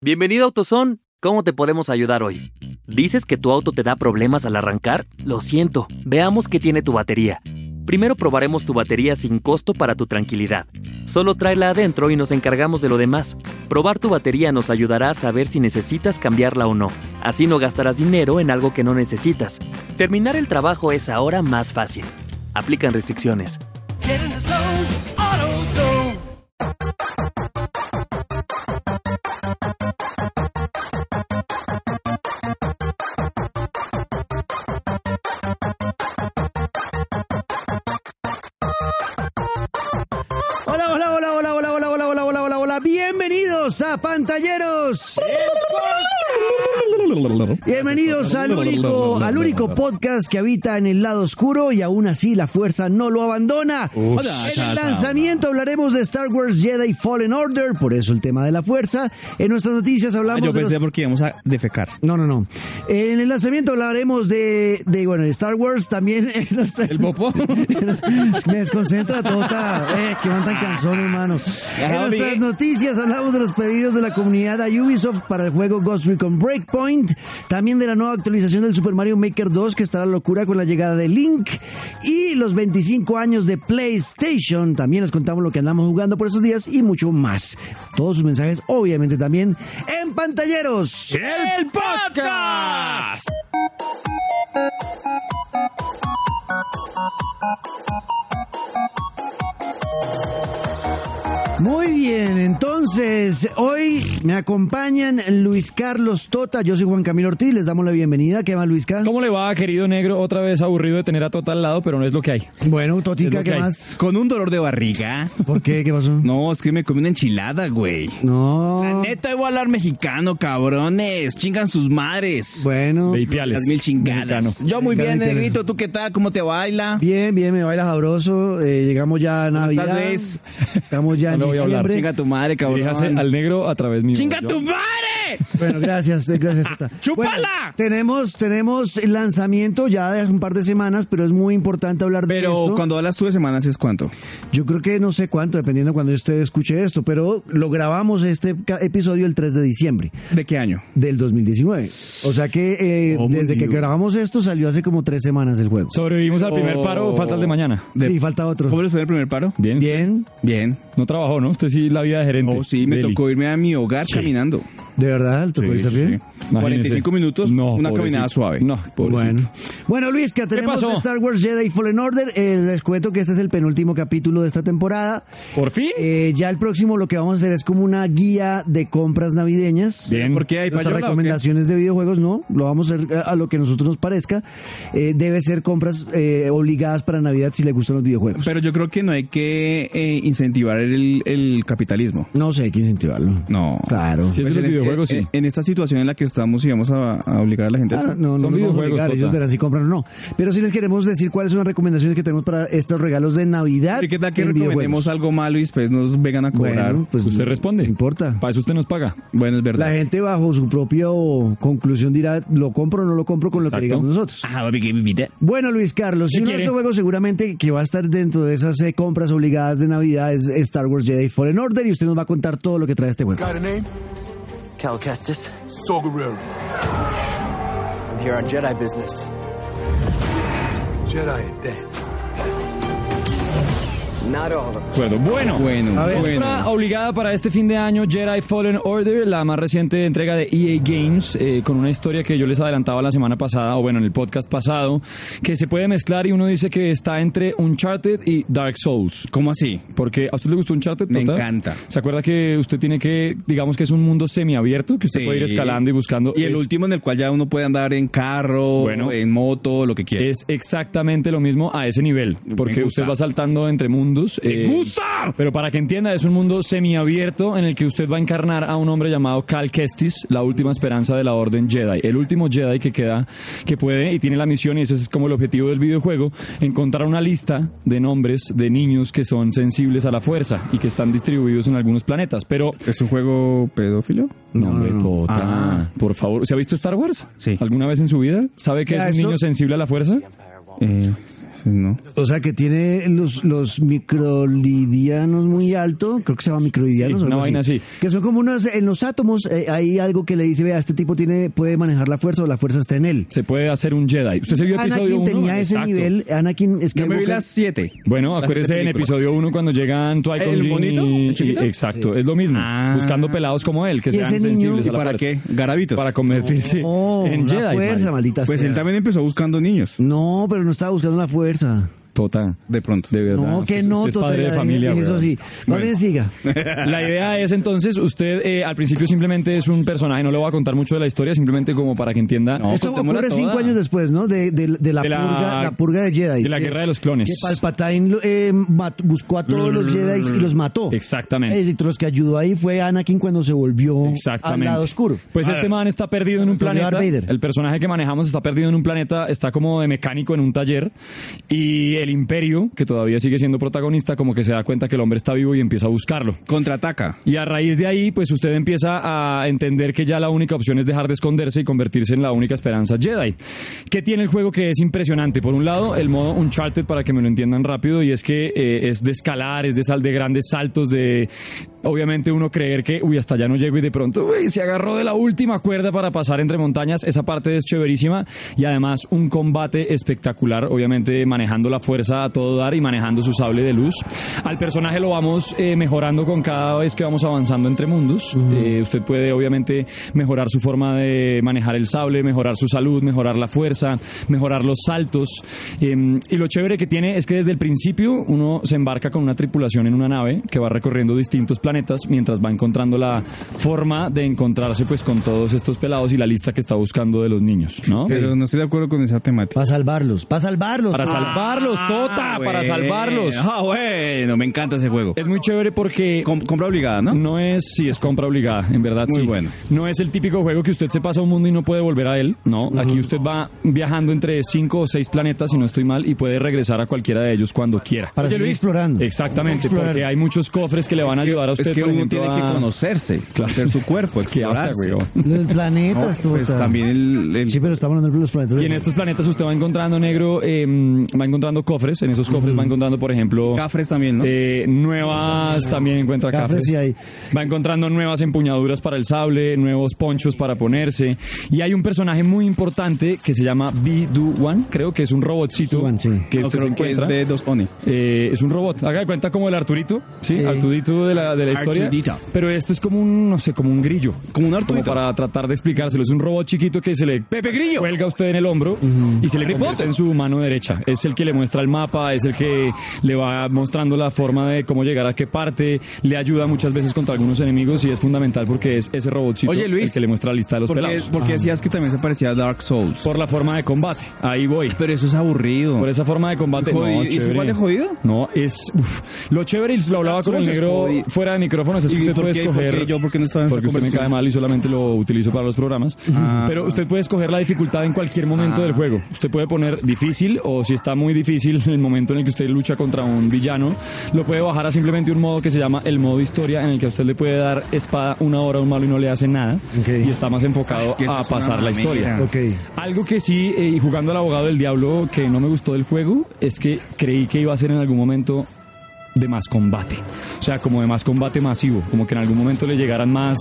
Bienvenido a AutoZone. ¿Cómo te podemos ayudar hoy? ¿Dices que tu auto te da problemas al arrancar? Lo siento, veamos qué tiene tu batería. Primero probaremos tu batería sin costo para tu tranquilidad. Solo tráela adentro y nos encargamos de lo demás. Probar tu batería nos ayudará a saber si necesitas cambiarla o no. Así no gastarás dinero en algo que no necesitas. Terminar el trabajo es ahora más fácil. Aplican restricciones. Hola, hola, hola, hola, hola, hola, hola, hola, hola, hola, hola. Bienvenidos a Pantalleros. Bienvenidos al único, al único podcast que habita en el lado oscuro y aún así la fuerza no lo abandona. En el lanzamiento hablaremos de Star Wars Jedi Fallen Order, por eso el tema de la fuerza. En nuestras noticias Ah, hablamos yo de los- pensé porque íbamos a defecar. No, no, no. En el lanzamiento hablaremos de, de bueno, de Star Wars también. en nuestra- El popó. Me desconcentra Tota. Eh, que van tan cansón, hermano. En nuestras noticias hablamos de los pedidos de la comunidad a Ubisoft para el juego Ghost Recon Breakpoint. También de la nueva actualización del Super Mario Maker 2, que estará locura con la llegada de Link. Y los 25 años de PlayStation. También les contamos lo que andamos jugando por esos días y mucho más. Todos sus mensajes, obviamente, también en pantalleros. ¡El podcast! Muy bien, entonces hoy me acompañan Luis Carlos Tota, yo soy Juan Camilo Ortiz, les damos la bienvenida. ¿Qué más, Luisca? ¿Cómo le va, querido negro? Otra vez aburrido de tener a Tota al lado, pero no es lo que hay. Bueno, Es Totica, lo ¿qué que hay. más? Con un dolor de barriga. ¿Por qué? ¿Qué pasó? No, es que me comí una enchilada, güey. La No. neta, voy a hablar mexicano, cabrones. Chingan sus madres. Bueno. Veipiales. Las mil chingadas. Mexicano. Yo muy bien, eh, Mexicano, negrito. ¿Tú qué tal? ¿Cómo te baila? Bien, bien, me baila sabroso. eh, llegamos ya a Navidad. Luis? Estamos ya en No le voy a hablar. diciembre. Chinga tu madre, Diríjase cabrón. al negro a través mío. ¡Chinga Yo- tu madre! Bueno, gracias, eh, gracias. Tata. ¡Chúpala! Bueno, tenemos, tenemos el lanzamiento ya de hace un par de semanas, pero es muy importante hablar de esto. Pero cuando hablas tú de semanas es cuánto. Yo creo que no sé cuánto, dependiendo cuando usted escuche esto, pero lo grabamos este ca- episodio el 3 de diciembre ¿De qué año? del 2019. O sea que eh, Oh, desde mon que Dios. grabamos esto salió hace como tres semanas el juego. Sobrevivimos al primer paro, Oh. falta el de mañana. de- Sí, falta otro. ¿Cómo les fue en el primer paro? Bien. Bien, Bien. No trabajó, ¿no? Usted sí, la vida de gerente. Oh, sí, me Deli. tocó irme a mi hogar caminando. de verdad, ¿el tocó Sí, irse sí, bien? sí. Imagínese. 45 minutos, No, una pobrecito. caminada suave. No, pobrecito. Bueno. bueno, Luis, que tenemos pasó? Star Wars Jedi Fallen Order. Eh, les cuento que este es el penúltimo capítulo de esta temporada. ¿Por fin? Eh, ya el próximo lo que vamos a hacer es como una guía de compras navideñas. Bien. ¿Por qué hay Nuestras payola o qué? recomendaciones de videojuegos no, lo vamos a hacer eh, a lo que nosotros nos parezca. Eh, debe ser compras eh, obligadas para Navidad si le gustan los videojuegos. Pero yo creo que no hay que eh, incentivar el, el capitalismo. No sé, hay que incentivarlo. No. Claro. Sí, Pues es de en, los es- videojuegos, en- sí. en esta situación en la que estamos y vamos a, a obligar a la gente a Claro, eso. no, no los Son vamos a videojuegos, obligar, Jota. ellos verán si compran o no. Pero sí les queremos decir cuáles son las recomendaciones que tenemos para estos regalos de Navidad. ¿Y qué tal que en recomendemos videojuegos. algo malo y después nos vengan a cobrar? Bueno, Bueno, pues usted responde. No importa. Para eso usted nos paga. es verdad. La gente bajo su propia conclusión dirá, lo compro o no lo compro con lo que Exacto. digamos nosotros. Ah, baby, que vida. Bueno, Luis Carlos, y uno de quiere? estos juegos seguramente que va a estar dentro de esas eh, compras obligadas de Navidad es Star Wars Jedi Fallen Order y usted nos va a contar todo lo que trae este juego. Got a name? Cal Kestis. Saw Gerrera. I'm here on Jedi business. Jedi are dead. Not all of them. Acuerdo. Bueno. Bueno, A ver. bueno. Compra obligada para este fin de año Jedi Fallen Order, la más reciente entrega de EA Games, eh, con una historia que yo les adelantaba la semana pasada, o bueno, en el podcast pasado, que se puede mezclar y uno dice que está entre Uncharted y Dark Souls. ¿Cómo así? Porque a usted le gustó Uncharted, Me Tota? encanta. ¿Se acuerda que usted tiene que, digamos que es un mundo semiabierto, que usted Sí. puede ir escalando y buscando? Y el Es- último en el cual ya uno puede andar en carro, Bueno. en moto, lo que quiera. Es exactamente lo mismo a ese nivel, porque gusta. usted va saltando entre mundos. ¡Me eh, gusta! Pero para que entienda, es un mundo semiabierto en el que usted va a encarnar a un hombre llamado Cal Kestis, la última esperanza de la Orden Jedi. El último Jedi que queda, que puede y tiene la misión, y ese es como el objetivo del videojuego, encontrar una lista de nombres de niños que son sensibles a la fuerza y que están distribuidos en algunos planetas. Pero... ¿Es un juego pedófilo? No, hombre, Tota, Ah. por favor. ¿Se ha visto Star Wars? Sí. ¿Alguna vez en su vida? ¿Sabe que Ya, es un eso- niño sensible a la fuerza? Eh, no. O sea, que tiene los, los microlidianos muy alto, creo que se llama microlidianos. Sí, o algo una vaina así. Que son como unos, en los átomos eh, hay algo que le dice, vea, este tipo tiene puede manejar la fuerza o la fuerza está en él. Se puede hacer un Jedi. ¿Usted se vio Este episodio Anakin 1? Ah, tenía ese nivel, Anakin Yo me vi Skywalker- las siete. Bueno, Las acuérdese siete en películas. episodio 1 cuando llegan Twico ¿El bonito? ¿El chiquito? Exacto, es lo mismo. Ah. Buscando pelados como él, que ¿Y ese sean niño? sensibles ¿Y a la para fuerza. qué? Garabitos. Para convertirse Oh, eh, en la Jedi. fuerza, marica. maldita Pues sea. él también empezó buscando niños. No, pero no estaba buscando la fuerza. Total. Tota, De pronto. De verdad. No, que usted no, es padre de total. familia, Eso weón. sí. Más Bueno. bien siga. La idea es entonces, usted eh, al principio simplemente es un personaje, no le voy a contar mucho de la historia, simplemente como para que entienda No, Esto contémosla ocurre toda. cinco años después, ¿no? De, de- de la, De la- purga, la purga de Jedi. de la Que- guerra de los clones. Que Palpatine lo- eh, mat- buscó a todos los Jedi y los mató. Exactamente. Eh, entre los que ayudó ahí fue Anakin cuando se volvió Exactamente. al lado oscuro. Ah, Pues este man está perdido en un Se volvió planeta. Darth Vader. El personaje que manejamos está perdido en un planeta, está como de mecánico en un taller. Y el Imperio, que todavía sigue siendo protagonista, como que se da cuenta que el hombre está vivo y empieza a buscarlo. Contraataca. Y a raíz de ahí, pues usted empieza a entender que ya la única opción es dejar de esconderse y convertirse en la única esperanza Jedi. ¿Qué tiene el juego que es impresionante? Por un lado, el modo Uncharted, para que me lo entiendan rápido, y es que eh, es de escalar, es de, sal, de grandes saltos, de obviamente uno creer que, uy, hasta allá no llego y de pronto, uy, se agarró de la última cuerda para pasar entre montañas. Esa parte es chéverísima y además un combate espectacular, obviamente manejando la fuerza a todo dar y manejando su sable de luz. Al personaje lo vamos eh, mejorando con cada vez que vamos avanzando entre mundos. Eh, usted puede obviamente mejorar su forma de manejar el sable, mejorar su salud, mejorar la fuerza, mejorar los saltos. Eh, y lo chévere que tiene es que desde el principio uno se embarca con una tripulación en una nave que va recorriendo distintos planetas mientras va encontrando la forma de encontrarse pues con todos estos pelados y la lista que está buscando de los niños, ¿no? Pero no estoy de acuerdo con esa temática. Para salvarlos, para salvarlos. Para salvarlos, Tota, para salvarlos. Ah, bueno, me encanta ese juego. Es muy chévere porque Eh, Com- compra obligada, ¿no? No es, si es compra obligada, en verdad. Muy sí. bueno. No es el típico juego que usted se pasa a un mundo y no puede volver a él. No, aquí usted va viajando entre cinco o seis planetas, si no estoy mal, y puede regresar a cualquiera de ellos cuando quiera. Para seguir explorando. Exactamente, Explorar. porque hay muchos cofres que le van a ayudar a usted. Es que por uno ejemplo, tiene que a- conocerse, conocer su cuerpo, que habla, explorarse. weón. Los planetas, No, pues, tota. también el, el- Sí, pero estamos hablando de los planetas. Y en este estos planetas usted va encontrando negro, eh, va encontrando cofres. En esos cofres va encontrando, por ejemplo, Cafres también, ¿no? Eh, nuevas también encuentra Cafres cafres. sí hay. Va encontrando nuevas empuñaduras para el sable, nuevos ponchos para ponerse. Y hay un personaje muy importante que se llama B-Do-One, creo que es un robotcito B-Do-One, sí. que No, usted se creo que es encuentra. de dos Oni. Eh, es un robot. Haga de cuenta como el Arturito, ¿sí? Sí. Arturito de la, de la historia. Arturito. Pero esto es como un, no sé, como un grillo. Como un Arturito. Como para tratar de explicárselo. Es un robot chiquito que se le Pepe Grillo. cuelga a usted en el hombro y se le convierte en su mano derecha. Es el que le muestra el mapa, es el que le va mostrando la forma de cómo llegar a qué parte, le ayuda muchas veces contra algunos enemigos y es fundamental porque es ese robotcito Oye, Luis, el que le muestra la lista de los Porque, pelados. porque decías que también se parecía a Dark Souls. Por la forma de combate. Ahí voy. Pero eso es aburrido. Por esa forma de combate. Jodido. No, ¿Y es chévere. igual de jodido? No, es. uf. Lo chévere, y lo hablaba con el Souls es negro jodido. fuera de micrófonos, es que ¿Y usted por puede qué- por qué escoger. yo? ¿Por qué no estaba en esa Porque usted me cae conversación? mal y solamente lo utilizo para los programas. Ah. Ah. Pero usted puede escoger la dificultad en cualquier momento del juego. Usted puede poner difícil o si está muy difícil en el momento en el que usted lucha contra un villano, lo puede bajar a simplemente un modo que se llama el modo historia, en el que a usted le puede dar espada una hora a un malo y no le hace nada. Ok. Y está más enfocado Ah, es que eso a es una pasar la mamera. historia. Ok. Algo que sí, eh, y jugando al abogado del diablo, que no me gustó del juego, es que creí que iba a ser en algún momento de más combate. O sea, como de más combate masivo. Como que en algún momento le llegaran más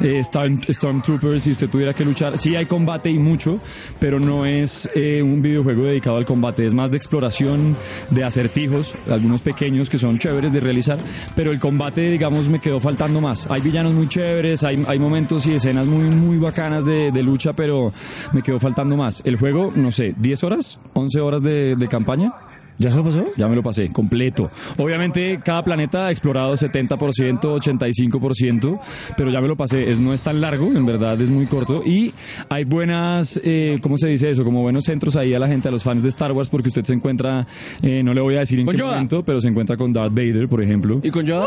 eh, Storm- Stormtroopers y usted tuviera que luchar. Sí hay combate y mucho, pero no es eh, un videojuego dedicado al combate. Es más de exploración, de acertijos, algunos pequeños que son chéveres de realizar. Pero el combate, digamos, me quedó faltando más. Hay villanos muy chéveres, hay, hay momentos y escenas muy, muy bacanas de, de lucha, pero me quedó faltando más. El juego, no sé, 10 horas, 11 horas de- de campaña. ¿Ya se lo pasó? Ya me lo pasé, completo. Obviamente cada planeta ha explorado 70%, 85%, pero ya me lo pasé. Es, no es tan largo, en verdad es muy corto. Y hay buenas, eh, ¿cómo se dice eso? Como buenos centros ahí a la gente, a los fans de Star Wars, porque usted se encuentra, eh, no le voy a decir en Con qué Yoda. momento, pero se encuentra con Darth Vader, por ejemplo. ¿Y con Yoda?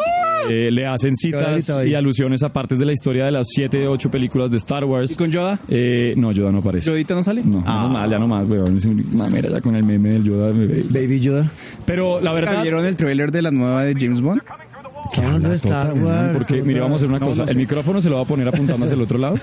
Eh, le hacen citas Yodita ahí. y alusiones a partes de la historia de las 7, 8 películas de Star Wars. ¿Y con Yoda? Eh, no, Yoda no aparece. ¿Yodita no sale? No, Ah. no más, ya no más, weón. Es un- Mamera, ya con el meme del Yoda. me- Baby Yoda. Pero la verdad... ¿Vieron el trailer de la nueva de James Bond? Claro, no La Star tota, weón, Wars, Porque, mire, vamos a hacer una No, cosa. no El sé. micrófono se lo va a poner apuntando hacia el otro lado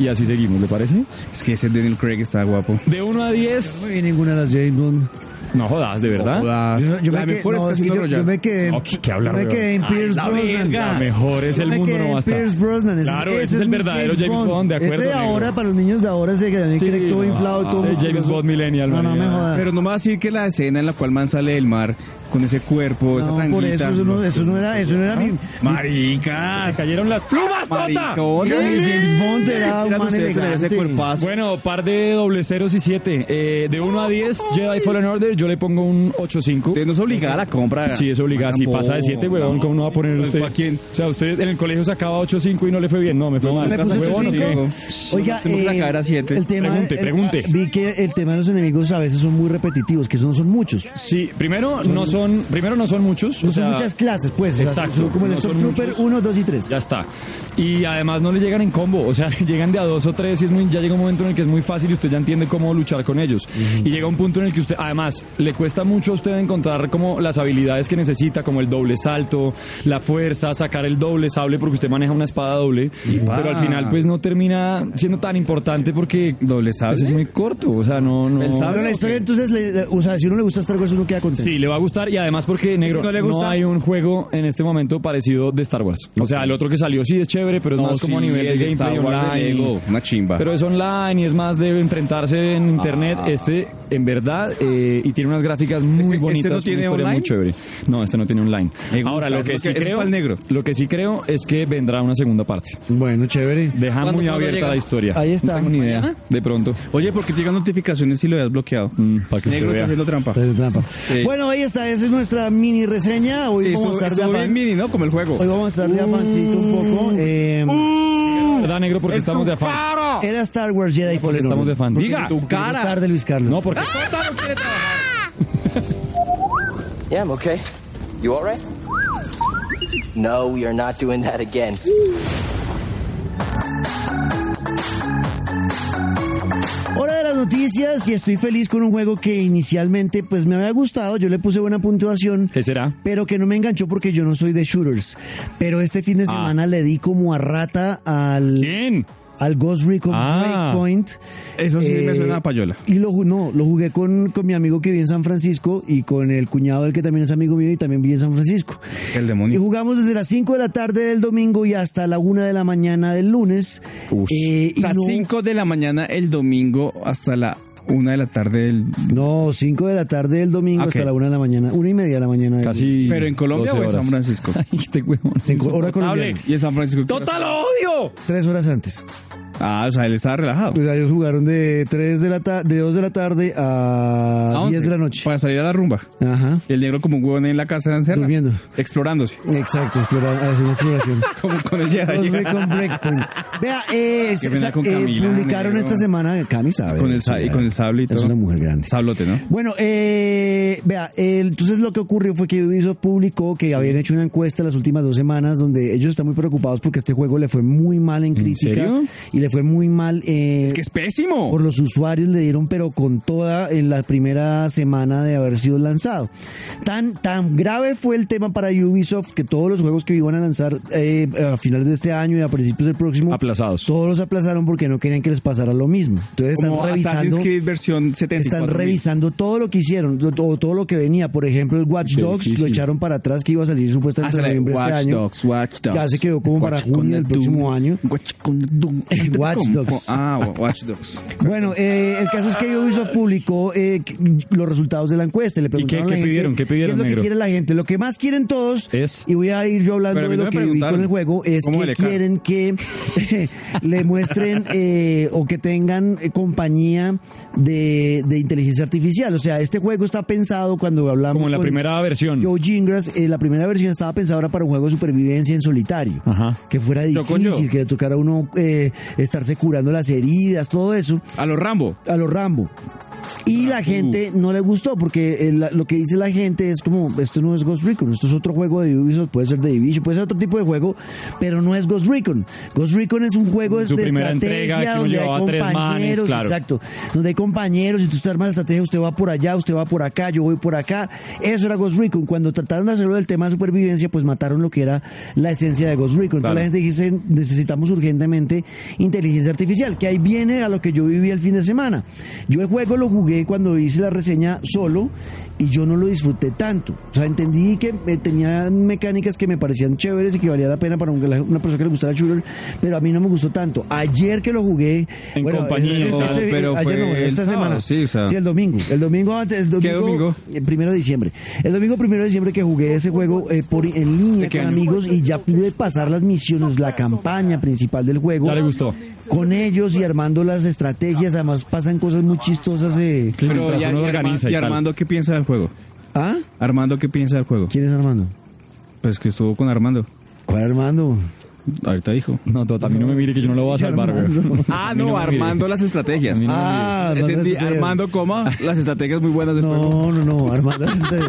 y así seguimos, ¿le parece? Es que ese Daniel Craig está guapo. De 1 a No 10. vi ninguna de las James Bond. No jodas, de verdad. Jodas. Yo, yo la me mejor quedé, no, es que Casino yo, yo Royale. me quedé, No, qué- qué hablar, yo me weón. quedé en Ay, Pierce la Brosnan. verga. La mejor es Yo el me mundo, quedé no en basta. Pierce Brosnan. Ese- Claro, ese es el mi verdadero James Bond, de acuerdo, Ese de negro. ahora para los niños de ahora, ese que Daniel Sí, Craig todo no, inflado, todo ese James Bond millennial, No, no me marica. jodas. Pero no me va a decir que la escena en la cual man sale del mar con ese cuerpo, esa No, tanguita. por eso, eso no, eso no era, eso no era mi, pues. Maricas. Cayeron las plumas, Tota. Maricón, mi James Bond era un Era man usted tener elegante. ese cuerpazo. Bueno, par de doble ceros y siete. Eh, de 1 a 10, Jedi Fallen Order, yo le pongo un 8-5. Usted no es obligada a la compra. Sí, es obligado. Si pasa de 7, huevón, ¿cómo no va a poner Pues, usted? ¿pa' quién? O sea, usted en el colegio sacaba 8.5 y no le fue bien. No, me fue mal. le puse Huevón, 8.5. ¿o Oiga, Tenemos la eh, cadera siete. el tema, Pregunte, el- pregunte. vi que el tema de los enemigos a veces son muy repetitivos, que son, son muchos. qué? Sí, primero no son, primero no son muchos. No o sea, son muchas clases, pues. o sea, exacto, son como el no son Stormtrooper muchos. 1, 2 y 3. Ya está. Y además no le llegan en combo, o sea, le llegan de a dos o tres y es muy, ya llega un momento en el que es muy fácil y usted ya entiende cómo luchar con ellos. Y llega un punto en el que usted, además, le cuesta mucho a usted encontrar como las habilidades que necesita, como el doble salto, la fuerza, sacar el doble sable, porque usted maneja una espada doble. Pero al final, pues no termina siendo tan importante porque Doble pues, sable. es muy corto, o sea, no. no... El sable Pero la historia, entonces, le- le- o sea, si uno le gusta Star Wars, uno queda contento. Sí, le va a gustar y además porque, negro, no no, le gusta? hay un juego en este momento parecido de Star Wars. O sea, el otro que salió sí es chévere, pero es No, más como a sí, nivel el de de Star gameplay Wars de online. Lego, una chimba. Ah. Pero es online y es más de enfrentarse en internet. Este, en verdad, eh, y tiene unas gráficas muy ¿Este- este bonitas. no una tiene historia online? muy chévere. No, este no tiene online. Me gusta, Ahora, lo es que, lo sí que- es creo, pa'l negro. lo que sí creo es que vendrá una segunda parte. Bueno, chévere. Deja ¿Cuándo- muy cuándo abierta llega? la historia. Ahí está. No tengo ni idea. ¿Mañana? De pronto. Oye, porque te llegan notificaciones si lo has bloqueado. Mm, pa' Negro que usted está vea. haciendo trampa. Entonces, trampa. Sí. Bueno, ahí está, esa es nuestra mini reseña. Hoy Sí, vamos estuvo a estar de estuvo bien Uh. afán. mini, ¿no? Como el juego. Hoy vamos a estar de afancito un poco. Eh, Uh. ¿Verdad, negro? Porque estamos de afán. era Star Wars Jedi Fallen estamos Order. de fan. Porque Diga, llegó tu cara. tarde, Luis Carlos. No, porque. ¡Ah! Yeah, I'm okay. You all right? No, we are not doing that again. Hora de las noticias y estoy feliz con un juego que inicialmente pues me había gustado, yo le puse buena puntuación. ¿Qué será? Pero que no me enganchó porque yo no soy de shooters. Pero este fin de Ah. semana le di como a rata al... ¿Quién? al Ghost Recon Ah. Breakpoint. Eh, Eso sí me suena a payola. Y lo, ju- no, lo jugué con, con mi amigo que vive en San Francisco y con el cuñado del que también es amigo mío y también vive en San Francisco. El Y demonio. jugamos desde las 5 de la tarde del domingo y hasta la 1 de la mañana del lunes. Ush. Eh, y O sea, no- 5 de la mañana el domingo hasta la 1 de la tarde del... No, 5 de la tarde del domingo Ok. hasta la 1 de la mañana, 1 y media de la mañana. del lunes. Casi. Pero en Colombia 12 o en San horas. Francisco. Ay, este huevón. En co- hora insoportable. colombiana. Y en San Francisco. ¿qué ¡Total odio! Tres horas antes. hora? Ah, o sea, él estaba relajado. Pues ellos jugaron de 3 de la ta- de 2 de la tarde A a 11, 10 de la noche. Ah, Para salir a la rumba. Ajá. Y el negro como un huevón en la casa de Ancerra. Durmiendo. Explorándose. Exacto, explorar, haciendo exploración. Como con el Jedi. Los Recon Breakpoint. Vea, eh, Que venía sa- con eh, Camila, publicaron negro. esta semana, Cami sabe. Con el sa- y con el sable y Es todo. una mujer grande. Sablote, ¿no? Bueno, eh, vea, eh, entonces lo que ocurrió fue que Ubisoft publicó que habían hecho una encuesta las últimas dos semanas donde ellos están muy preocupados porque este juego le fue muy mal en crítica serio? y le fue muy mal eh, Es que es pésimo. por los usuarios le dieron pero con toda en la primera semana de haber sido lanzado. Tan, tan grave fue el tema para Ubisoft que todos los juegos que iban a lanzar eh, a finales de este año y a principios del próximo Aplazados. todos los aplazaron porque no querían que les pasara lo mismo. Entonces están Como Assassin's revisando Creed versión 74. están revisando todo lo que hicieron, o todo, todo lo que venía. Por ejemplo, el Watch Qué Dogs lo difícil. echaron para atrás que iba a salir supuestamente en Hasta noviembre de este Ah, Watch año. Dogs, Watch Dogs. Ya se quedó como para Watch con junio the del próximo Doom. año. Watch con the Doom. Watch Dogs. Ah, Watch Dogs. Bueno, eh, el caso es que Ubisoft publicó eh, que- los resultados de la encuesta. y Le preguntaron qué a la gente pidieron? ¿Qué pidieron, es lo negro? que quiere la gente? Lo que más quieren todos, Es- y voy a ir yo hablando Pero a mí de no me lo que viví con preguntaron. el juego, es ¿Cómo que le cae? quieren que le muestren eh, o que tengan eh, compañía de, de inteligencia artificial. O sea, este juego está pensado cuando hablamos... Como en la con- primera versión. Joe Gingras, eh, la primera versión estaba pensada ahora para un juego de supervivencia en solitario. Ajá. Que fuera Yo con yo. difícil, que le tocara a uno eh, estarse curando las heridas, todo eso, A los Rambo. a los Rambo. Y la gente no le gustó porque eh, la- lo que dice la gente es como, esto no es Ghost Recon, esto es otro juego de Ubisoft, puede ser de Division, puede ser otro tipo de juego, pero no es Ghost Recon. Ghost Recon es un juego Su de primera estrategia entrega, que uno donde hay llevaba tres compañeros, manes, claro. exacto, donde hay compañeros y tú estás armando estrategia, usted va por allá, usted va por acá, yo voy por acá. Eso era Ghost Recon. Cuando trataron de hacerlo del tema de supervivencia, pues mataron lo que era la esencia de Ghost Recon. Entonces Claro. la gente dice, necesitamos urgentemente inteligencia artificial, que ahí viene a lo que yo viví el fin de semana. Yo el juego lo jugué cuando hice la reseña solo y yo no lo disfruté tanto. O sea, entendí que eh, tenía mecánicas que me parecían chéveres y que valía la pena para un- la- una persona que le gustara el shooter, pero a mí no me gustó tanto. Ayer que lo jugué... En compañía, claro, pero este, ayer fue no, el esta sábado, semana. sí, o sea. el domingo. El domingo antes... El domingo, ¿Qué domingo? El primero de diciembre. El domingo primero de diciembre que jugué ese juego eh, por, en línea ¿De qué con año? amigos y ya pude pasar las misiones, la campaña principal del juego. Ya le gustó. Con ellos y armando las estrategias, además pasan cosas muy chistosas. eh. Sí, Pero mientras ya, uno y Arma- organiza y y tal. Armando, ¿qué piensa del juego? ¿Ah? Armando, ¿qué piensa del juego? ¿Quién es Armando? Pues que estuvo con Armando. ¿Cuál Armando? Ahorita dijo. No, Tota, a mí no me mire que yo no lo voy a salvar, güey. Armando. A Ah, mí no no, me armando las estrategias. Ah, Es Armando decir, Estrella. armando, coma, las estrategias muy buenas del juego. No, no, no, Armando. es usted.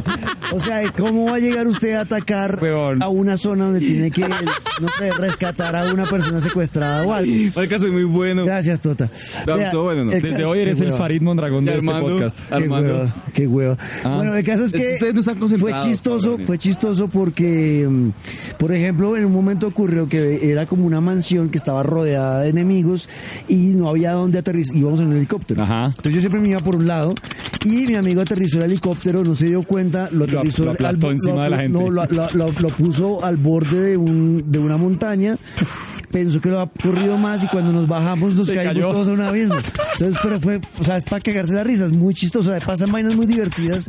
O sea, ¿cómo va a llegar usted a atacar Huevón. a una zona donde tiene que, no sé, rescatar a una persona secuestrada o algo? Oiga, soy muy bueno. Gracias, Tota. No, Vea, estuvo bueno, ¿no? el ca- Desde hoy eres qué el hueva. Farid Ah. Mondragón de Armando. este podcast. Qué hueva, qué hueva. Bueno, el caso es Es que que ustedes no están fue concentrados, chistoso, cabrones. fue chistoso porque, mm, por ejemplo, en un momento ocurrió que era como una mansión que estaba rodeada de enemigos y no había dónde aterrizar, íbamos en un helicóptero. Ajá. Entonces yo siempre me iba por un lado y mi amigo aterrizó el helicóptero, no se dio cuenta, lo Lo aterrizó ap- lo al- aplastó lo- encima de la gente. no, lo- lo, lo- lo puso al borde de, un, de una montaña. Pensó que lo ha corrido más y cuando nos bajamos nos Se caímos cayó. todos a un abismo. Entonces, pero fue, o sea, es para cagarse la risa, es muy chistoso. O sea, pasan vainas muy divertidas.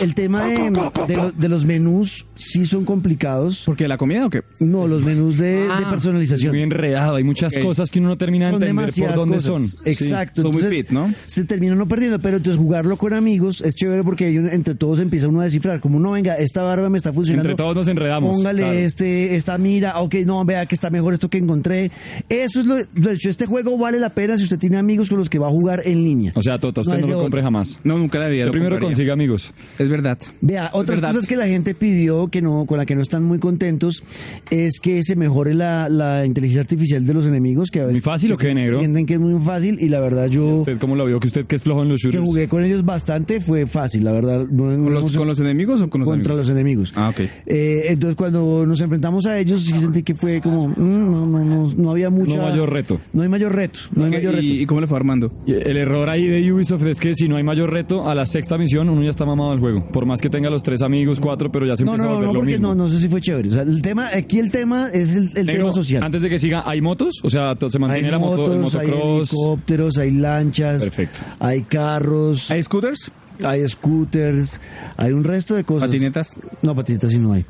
El tema de, de lo- de los menús sí son complicados. ¿Por qué la comida o qué? No, los menús de, de Ah, Es personalización. muy enredado, hay muchas Ok. cosas que uno no termina de Son entender por demasiadas dónde cosas. son. Exacto. son muy entonces, fit, ¿no? Se termina uno perdiendo, pero entonces jugarlo con amigos es chévere porque ahí uno- entre todos empieza uno a descifrar. Como, no, venga, esta barba me está funcionando. Entre todos nos enredamos, Póngale claro. este, esta mira. Ok, no, vea que está mejor esto que encontré. Eso es lo. De hecho, este juego vale la pena si usted tiene amigos con los que va a jugar en línea. O sea, Tota, No usted hay no de lo otra. compre jamás. No, nunca la había. Yo lo primero compraría. consigue amigos. Es verdad. Vea, otras verdad. cosas que la gente pidió que no, con la que no están muy contentos, es que se mejore la, la inteligencia artificial de los enemigos, que a veces ¿Muy fácil o que qué, se- negro? sienten que es muy fácil y la verdad yo ¿Usted cómo lo vio? Que usted que es flojo en los que shooters. jugué con ellos bastante fue fácil, la verdad. No, no ¿Con los, hemos- con los enemigos o con los contra amigos? los enemigos. Ah, ok. Eh, entonces cuando nos enfrentamos a ellos sí sentí que fue como mm, no, no, no, no había mucha No mayor reto. No hay mayor reto, no hay Ok, mayor reto. ¿Y, y cómo le fue a Armando? Y El error ahí de Ubisoft es que si no hay mayor reto, a la sexta misión uno ya está mamado del juego. Por más que tenga los tres amigos, cuatro, pero ya se No, empieza a no, volver no, lo porque mismo. no, no sé si fue chévere. O sea, el tema, aquí el tema es el, el Negro, tema social. Antes de que siga, ¿hay motos? O sea, to- se mantiene Hay la moto, el motos, hay motocross. helicópteros, hay lanchas, Perfecto. hay carros, hay, ¿Hay scooters? scooters, hay un resto de cosas. ¿Patinetas? No, patinetas sí no hay.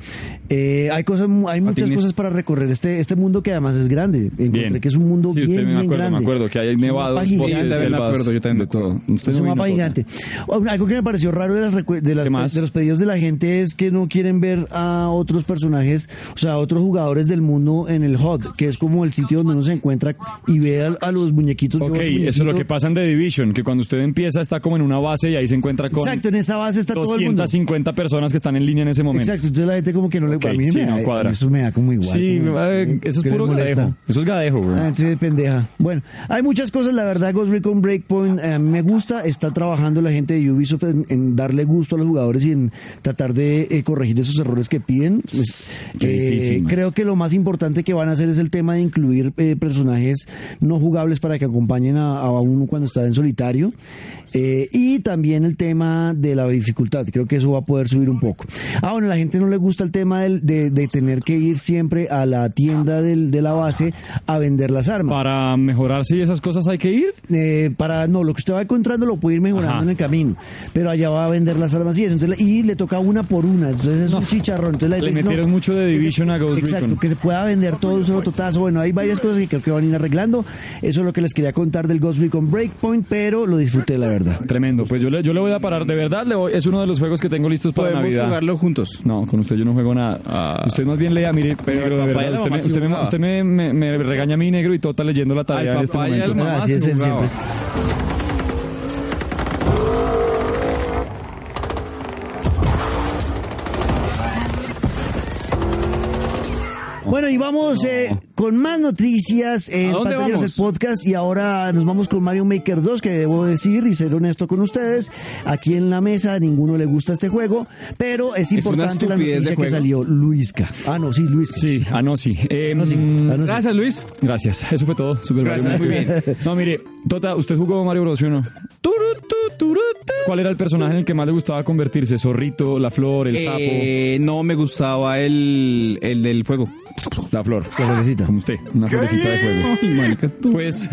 Eh, hay cosas, mu- hay muchas Patines. cosas para recorrer este este mundo que además es grande. Encontré que es un mundo sí, bien, usted me bien acuerdo, grande. me acuerdo que hay Es un nevados, mapa bosques, gigante. también me selvas, acuerdo, yo también me de todo. acuerdo. Usted Es un no vino, mapa Tota. gigante. O- Algo que me pareció raro de, las recu- de, las- ¿Qué más? de los pedidos de la gente es que no quieren ver a otros personajes, o sea, a otros jugadores del mundo en el HUD, que es como el sitio donde uno se encuentra y ve a, a los muñequitos. yo Ok, los eso es lo muñequitos- que pasa en The Division, que cuando usted empieza está como en una base y ahí se encuentra con Exacto, en esa base está todo el mundo. 250 personas que están en línea en ese momento. Exacto, entonces la gente como que no le Ok, a mí sí, me no da- eh, cuadra. Eso me da como igual. Sí, como- eh, eso es que me puro molesta. gadejo. Eso es gadejo, güey. Ah, sí, de pendeja. Bueno, hay muchas cosas, la verdad, Ghost Recon Breakpoint eh, a mí me gusta, está trabajando la gente de Ubisoft en, en darle gusto a los jugadores y en tratar de eh, corregir esos errores que piden. Pues, Qué eh, difícil, man. creo que lo más importante que van a hacer es el tema de incluir eh, personajes no jugables para que acompañen a, a uno cuando está en solitario. Eh, y también el tema de la dificultad, creo que eso va a poder subir un poco. Ah, bueno, a la gente no le gusta el tema del- de, de tener que ir siempre a la tienda del- de la base a vender las armas. Para mejorarse y esas cosas hay que ir. Eh, para no, lo que usted va encontrando lo puede ir mejorando Ajá. en el camino, pero allá va a vender las armas y eso, entonces, y le toca una por una, entonces es un chicharrón. Entonces la Le gente dice, no, metieron mucho de Division a Ghost Exacto, Recon. que se pueda vender todo un solo totazo. Bueno, hay varias cosas que creo que van a ir arreglando. Eso es lo que les quería contar del Ghost Recon Breakpoint, pero lo disfruté, la verdad. Tremendo. Pues yo le, yo le voy a parar, de verdad, le voy- es uno de los juegos que tengo listos para Podemos Navidad. jugarlo juntos. No, con usted yo no juego nada. Ah. Usted más bien lea, mire, Pero negro, de al papá verdad. y a la Usted, me, mamá sí usted, me, jugaba. usted me- me- me regaña a mí, negro, y Tota leyendo la tarea en Al este papá y al momento. mamá Ah, sí, se es él jugaba. siempre. Bueno, y vamos eh, con más noticias en ¿A dónde Pantallas del vamos? Podcast. Y ahora nos vamos con Mario Maker 2, que debo decir y ser honesto con ustedes. Aquí en la mesa a ninguno le gusta este juego, pero es una importante la estupidez de noticia que juego. salió. Luisca. Ah, no, sí, Luisca. Sí, ah, no, sí. Eh, Ah, no, sí. Ah, no, sí. Gracias, Luis. Gracias, eso fue todo. Super Mario Gracias, muy Maker. No, mire, Tota, ¿usted jugó Mario Bros. sí o no? ¿Cuál era el personaje en el que más le gustaba convertirse? ¿Zorrito, la flor, el sapo? Eh, no me gustaba el, el del fuego. La flor. La florecita. Como usted, una florecita de fuego. Ay, marica, tú. Pues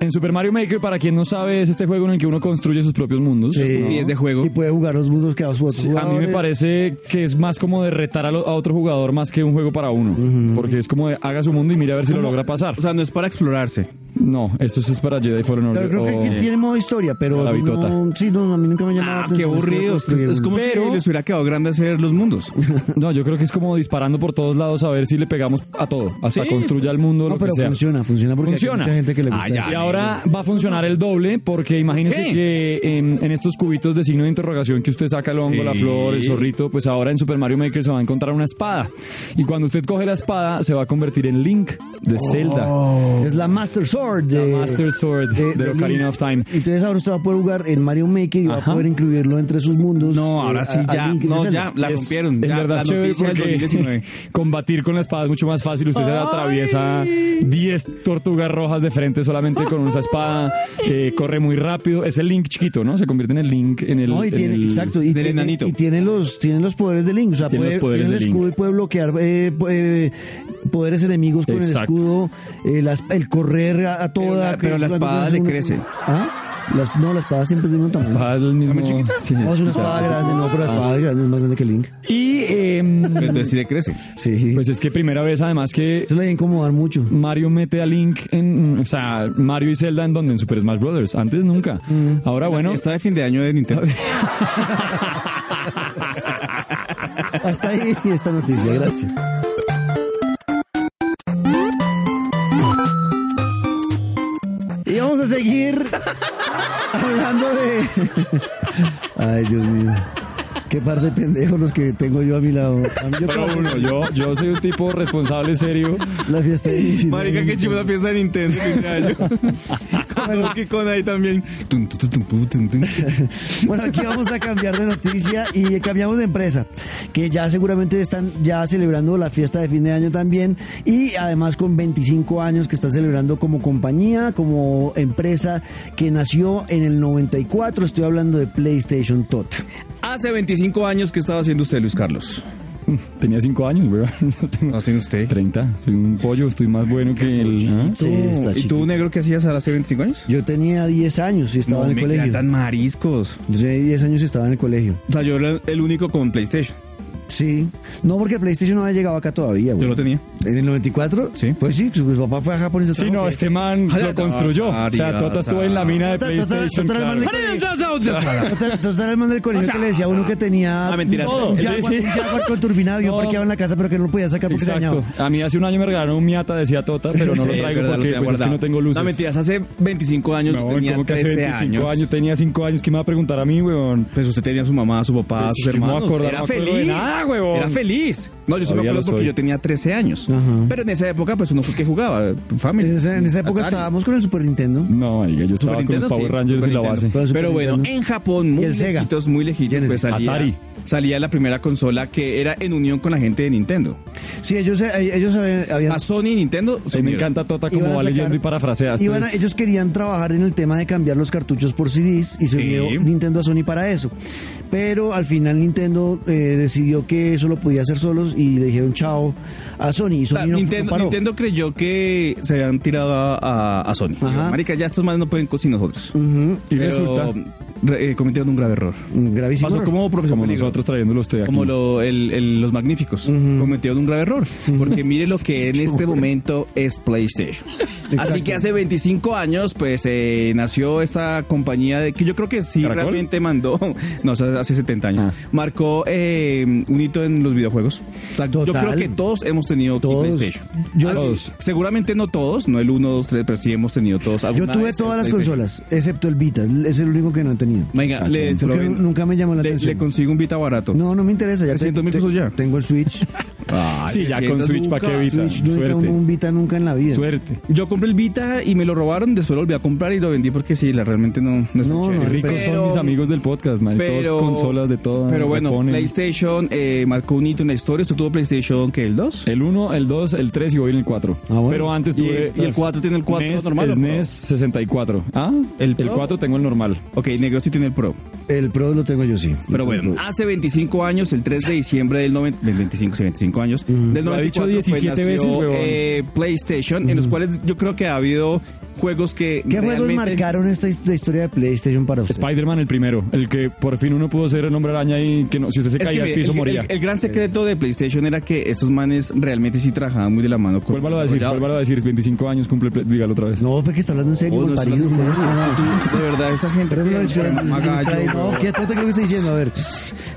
en Super Mario Maker, para quien no sabe, es este juego en el que uno construye sus propios mundos. Sí. ¿no? Pies de juego. Y puede jugar los mundos que a su otro Sí, A mí me parece que es más como de retar a, lo- a otro jugador más que un juego para uno. Porque es como de haga su mundo y mire a ver si lo logra pasar. O sea, no es para explorarse. No, esto sí es para Jedi Fallen Pero Order. creo que o- aquí tiene modo historia, pero oh. La bitota. no, sí, no, a mí nunca me ha llamado Ah, la qué atención esto de aburrido. Es construir como mundos. si les hubiera quedado grande hacer los mundos. No, yo creo que es como disparando por todos lados a ver si le pegamos a todo. Hasta Sí, construya el mundo, pues. No, lo que pero sea. funciona, funciona porque hay Funciona. mucha gente que le gusta. Ah, ya. Y ahora va a funcionar el doble, porque imagínense ¿Qué? que em, en, estos cubitos de signo de interrogación que usted saca el hongo, la Sí. flor, el zorrito, pues ahora en Super Mario Maker se va a encontrar una espada. Y cuando usted coge la espada, se va a convertir en Link de Oh. Zelda. Es la Master Sword de, Master Sword de, Ocarina Link. of Time. Entonces ahora usted va a poder jugar en Mario Maker y va a Ajá. poder incluirlo entre sus mundos. No, eh, ahora sí, a- a ya. Link de No, Zelda. ya, la Es- rompieron. en Ya, verdad la es chévere noticia del porque 2019. combatir con la espada es mucho más fácil. Usted se atraviesa 10 tortugas rojas de frente solamente con esa espada. eh, corre muy rápido. Es el Link chiquito, ¿no? Se convierte en el Link en el. No, y en tiene, el- exacto, y del tiene, enanito. y tiene los, tiene los poderes de Link. O sea, Tiene puede, los poderes tiene el de Link. escudo y puede bloquear eh, po- eh, poderes enemigos con el Exacto. escudo, eh, las- el correr a, a toda. la- pero que- la espada le uno- crece. ¿Ah? Las- no, la espada siempre tiene un tamaño. Ah, es el mismo. Sí, No, es una espada grande, no, pero la Ah. espada grande es más grande que Link. Y Pero em, entonces sí le crece. Sí. pues es que primera vez además que Eso le debe incomodar mucho. Mario mete a Link en, o sea, Mario y Zelda en donde en Super Smash Brothers. Antes nunca. Ahora bueno. Está de fin de año de Nintendo. Hasta ahí esta noticia, gracias. Y vamos a seguir hablando de... Ay, Dios mío. Qué par de pendejos los que tengo yo a mi lado. A mí yo Pero creo bueno, yo, yo soy un tipo responsable serio. que la fiesta de 19. Marica, qué chivo la pieza de Nintendo. de fin de año. Con Donkey Kong ahí también. Tun, tun, tun, tun, tun, tun. Bueno, aquí vamos a cambiar de noticia y cambiamos de empresa, que ya seguramente están ya celebrando la fiesta de fin de año también y además con 25 años que está celebrando como compañía, como empresa que nació en el 94, estoy hablando de PlayStation Tota. Hace 25 años, ¿qué estaba haciendo usted, Luis Carlos? Tenía cinco años, weón. No tengo No, tiene usted. 30. Soy un pollo, estoy más bueno que el. ¿ah? Sí, está ¿Y chiquito. tú, negro, qué hacías hace 25 años? Eh, Yo tenía 10 años y No, estaba en el me colegio. encantan mariscos. Yo tenía 10 años y estaba en el colegio. O sea, yo era el único con PlayStation. Sí. No, porque PlayStation no había llegado acá todavía, Yo güey. lo tenía. ¿En el 94? Sí. Pues sí, su papá fue a Japón y se Sí, trajo no, que- este man lo construyó. O sea, Tota estuvo en la mina de Tota- Tota- PlayStation. Tota era el man claro. del colegio. Tota- Tota era el man del colegio que le decía a uno que tenía Ah, mentira, un sí. un Jaguar, Sí, sí. un Jaguar con turbinado y yo No. parqueado en la casa pero que no lo podía sacar porque se dañaba. Exacto. A mí hace un año me regalaron un Miata, decía Tota, pero no lo Sí, traigo verdad, porque tenía pues, es que guardado. no tengo luces. No, mentiras, hace 25 años yo No, tenía como que hace 13 25 años. años. Tenía 5 años. ¿Quién me va a preguntar a mí, weón? Pues usted tenía a su mamá, a su papá, a sus Sí, Pues no me hermanos. acordaba, era no me acuerdo feliz. de nada, huevón. Era feliz. No, yo solo me Todavía lo acuerdo porque soy. yo tenía 13 años. Ajá. Pero en esa época, pues uno fue que jugaba. Family. En esa, en esa época Atari. estábamos con el Super Nintendo. No, marica, yo estaba Super con los Nintendo, Power sí, Rangers Super y la Nintendo. base. Pero Super Pero bueno, Nintendo. en Japón, Y muy el Sega. lejitos, muy lejitos, Genesis. pues salía, Atari. salía la primera consola que era en unión con la gente de Nintendo. Sí, ellos, eh, ellos eh, habían... A Sony y Nintendo A mí me unieron. encanta Tota iban como a va sacar- leyendo y parafrasea. Esto iban a- es- ellos querían trabajar en el tema de cambiar los cartuchos por CDs y se Sí. unió Nintendo a Sony para eso. Pero al final Nintendo eh, decidió que eso lo podía hacer solos y le dijeron chao a Sony. Y O Sony sea, no- no Nintendo, paró. Nintendo creyó que se habían tirado a, a- a Sony. Ajá. Digo, Marica, ya estos manes no pueden co- sin nosotros. Ujú, Y Pero, resulta, re- eh, cometieron un grave error. gravísimo. Pasó como profesor como Peligro. nosotros trayéndolo a usted aquí. Como lo- el- el- los magníficos. Cometieron un grave error. Porque mire lo que en este momento es PlayStation. Así que hace 25 años, pues eh, nació esta compañía de, que yo creo que sí ¿Caracol? realmente mandó. No, o sea, hace 70 años. Ah. Marcó eh, un hito en los videojuegos. O sea, yo Total. creo que todos hemos tenido aquí Todos. PlayStation. Yo- Así- Todos. Seguramente no todos, no el 1, 2, 3, pero sí hemos tenido todos. Yo alguna tuve vez todas el las PlayStation. consolas, Ah, excepto el Vita. Es el único que no he tenido. Venga, le, se lo Porque vendo. nunca me llamó la le, atención. le consigo un Vita barato. No, no me interesa. Ya 300 mil te- pesos ya. Tengo el Switch. sí, Ah, ya con 300 Switch, ¿para qué lucas. Vita? Switch no era un, Suerte. un Vita nunca en la vida. Suerte. Yo compré el Vita y me lo robaron, después lo volví a comprar y lo vendí porque sí, la, realmente no, no es No, muy no, chévere. Qué ricos son Pero- mis amigos del podcast, man. Pero, Todos consolas de todo. pero bueno, reponen. PlayStation eh, marcó un hito en la historia. Usted tuvo PlayStation, que ¿El 2? El 1, el 2, el 3 y voy en el 4. Ah, bueno. Pero antes ¿Y, tuve. y el 4 tiene el 4 NES, normal? o Pro? SNES 64. Ah, ¿El el, Pro? 4 tengo el normal. Ok, negro sí tiene el Pro. El Pro lo tengo yo sí. Pero Yo tengo bueno, el Pro. hace 25 años, el 3 de diciembre del 90, del 25, sí, 25 años, del Lo ha 94 dicho pues, 17 veces, nació, huevón. eh, PlayStation, en los cuales yo creo que ha habido juegos que ¿Qué juegos realmente- marcaron esta his- la historia de PlayStation para usted? Spider-Man el primero, el que por fin uno pudo ser el hombre araña y que no, si usted se Es que caía al mire, piso el, moría. el- el gran secreto de PlayStation era que estos manes realmente sí trabajaban muy de la mano con Vuélvalo a decir, desarrolladores. vuélvalo a decir, 25 años cumple, Play- dígalo otra vez. No, porque está hablando en serio, Oh, no, mal parido, es en una- serio. es que, De verdad, esa gente. Pero no es que- que- magallo, No, ¿qué no te creo que está diciendo? A ver.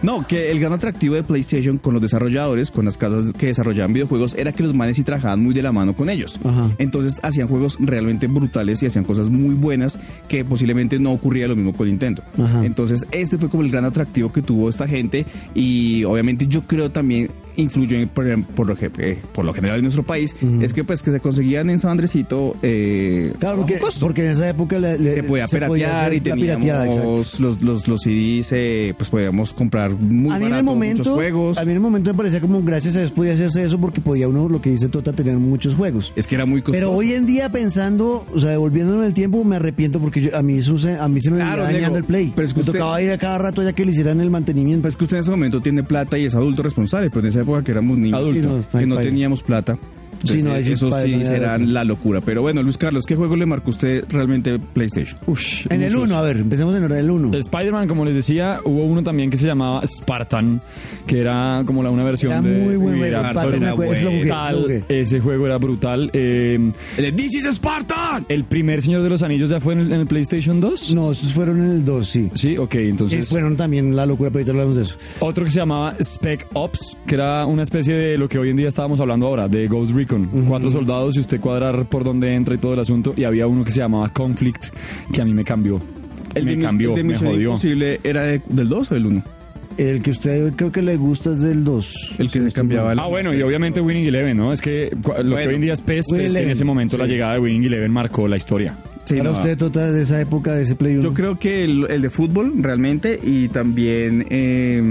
No, que el gran atractivo de PlayStation con los desarrolladores, con las casas que desarrollaban videojuegos, era que los manes sí trabajaban muy de la mano con ellos. Ajá. Entonces hacían juegos realmente brutales y hacían cosas muy buenas que posiblemente no ocurría lo mismo con Nintendo. Ajá. Entonces este fue como el gran atractivo que tuvo esta gente y obviamente yo creo también influyó en- por, por lo, que, eh, por lo general en nuestro país, es que pues que se conseguían en San Andresito... eh, Claro, porque, porque en esa época le- le- se podía podía piratear hacer y la pirateada, exacto. teníamos los, los, los CDs, eh, pues podíamos comprar muy a mí en barato el momento, muchos juegos. a mí en el momento me parecía como gracias a Dios podía hacerse eso porque podía uno, lo que dice Tota, tener muchos juegos. Es que era muy costoso. Pero hoy en día pensando, o sea, devolviéndome el tiempo, me arrepiento porque yo- a mí eso se- a mí se me Claro, venía dañando Diego, el play. pero es que me usted- tocaba ir a cada rato ya que le hicieran el mantenimiento. Pues que usted en ese momento tiene plata y es adulto responsable, pero en esa época que éramos niños, Adulto. Sí, no, que no paila. teníamos plata. pues, Sí, no, ahí sí, eso paila, sí no era será adulto. la locura. Pero bueno, Luis Carlos, ¿qué juego le marcó usted realmente PlayStation? Ush, en el muchos. 1, a ver, empecemos en orden del 1. Spider-Man, como les decía, hubo uno también que se llamaba Spartan, que era como la una versión Era de muy buen Uy, juego, era Spartan, me acuerdo, eso lo jugué, brutal, eso lo jugué. ese juego era brutal. eh, El de This is Spartan. el primer Señor de los Anillos ya fue en el, en el PlayStation 2. No, esos fueron en el 2, sí. Sí, ok, Eh, entonces. fueron también la locura, pero ahorita hablamos de eso. Otro que se llamaba Spec Ops, que era una especie de lo que hoy en día estábamos hablando ahora, de Ghost Recon. Cuatro soldados y usted cuadrar por dónde entra y todo el asunto. Y había uno que se llamaba Conflict, que a mí me cambió. El me de, cambió, el de me Misión jodió. Imposible, ¿era de- del 2 o del 1? El que usted creo que le gusta es del 2. El que se cambiaba el- Ah, bueno, y obviamente Winning Eleven, ¿no? Es que cua- lo que Bueno, hoy en día es PES, pero es que Winning en ese Eleven, momento la llegada de Winning Eleven marcó la historia. Sí, Para no, usted, Tota, de esa época, de ese Play 1. Yo creo que el, el de fútbol realmente y también eh,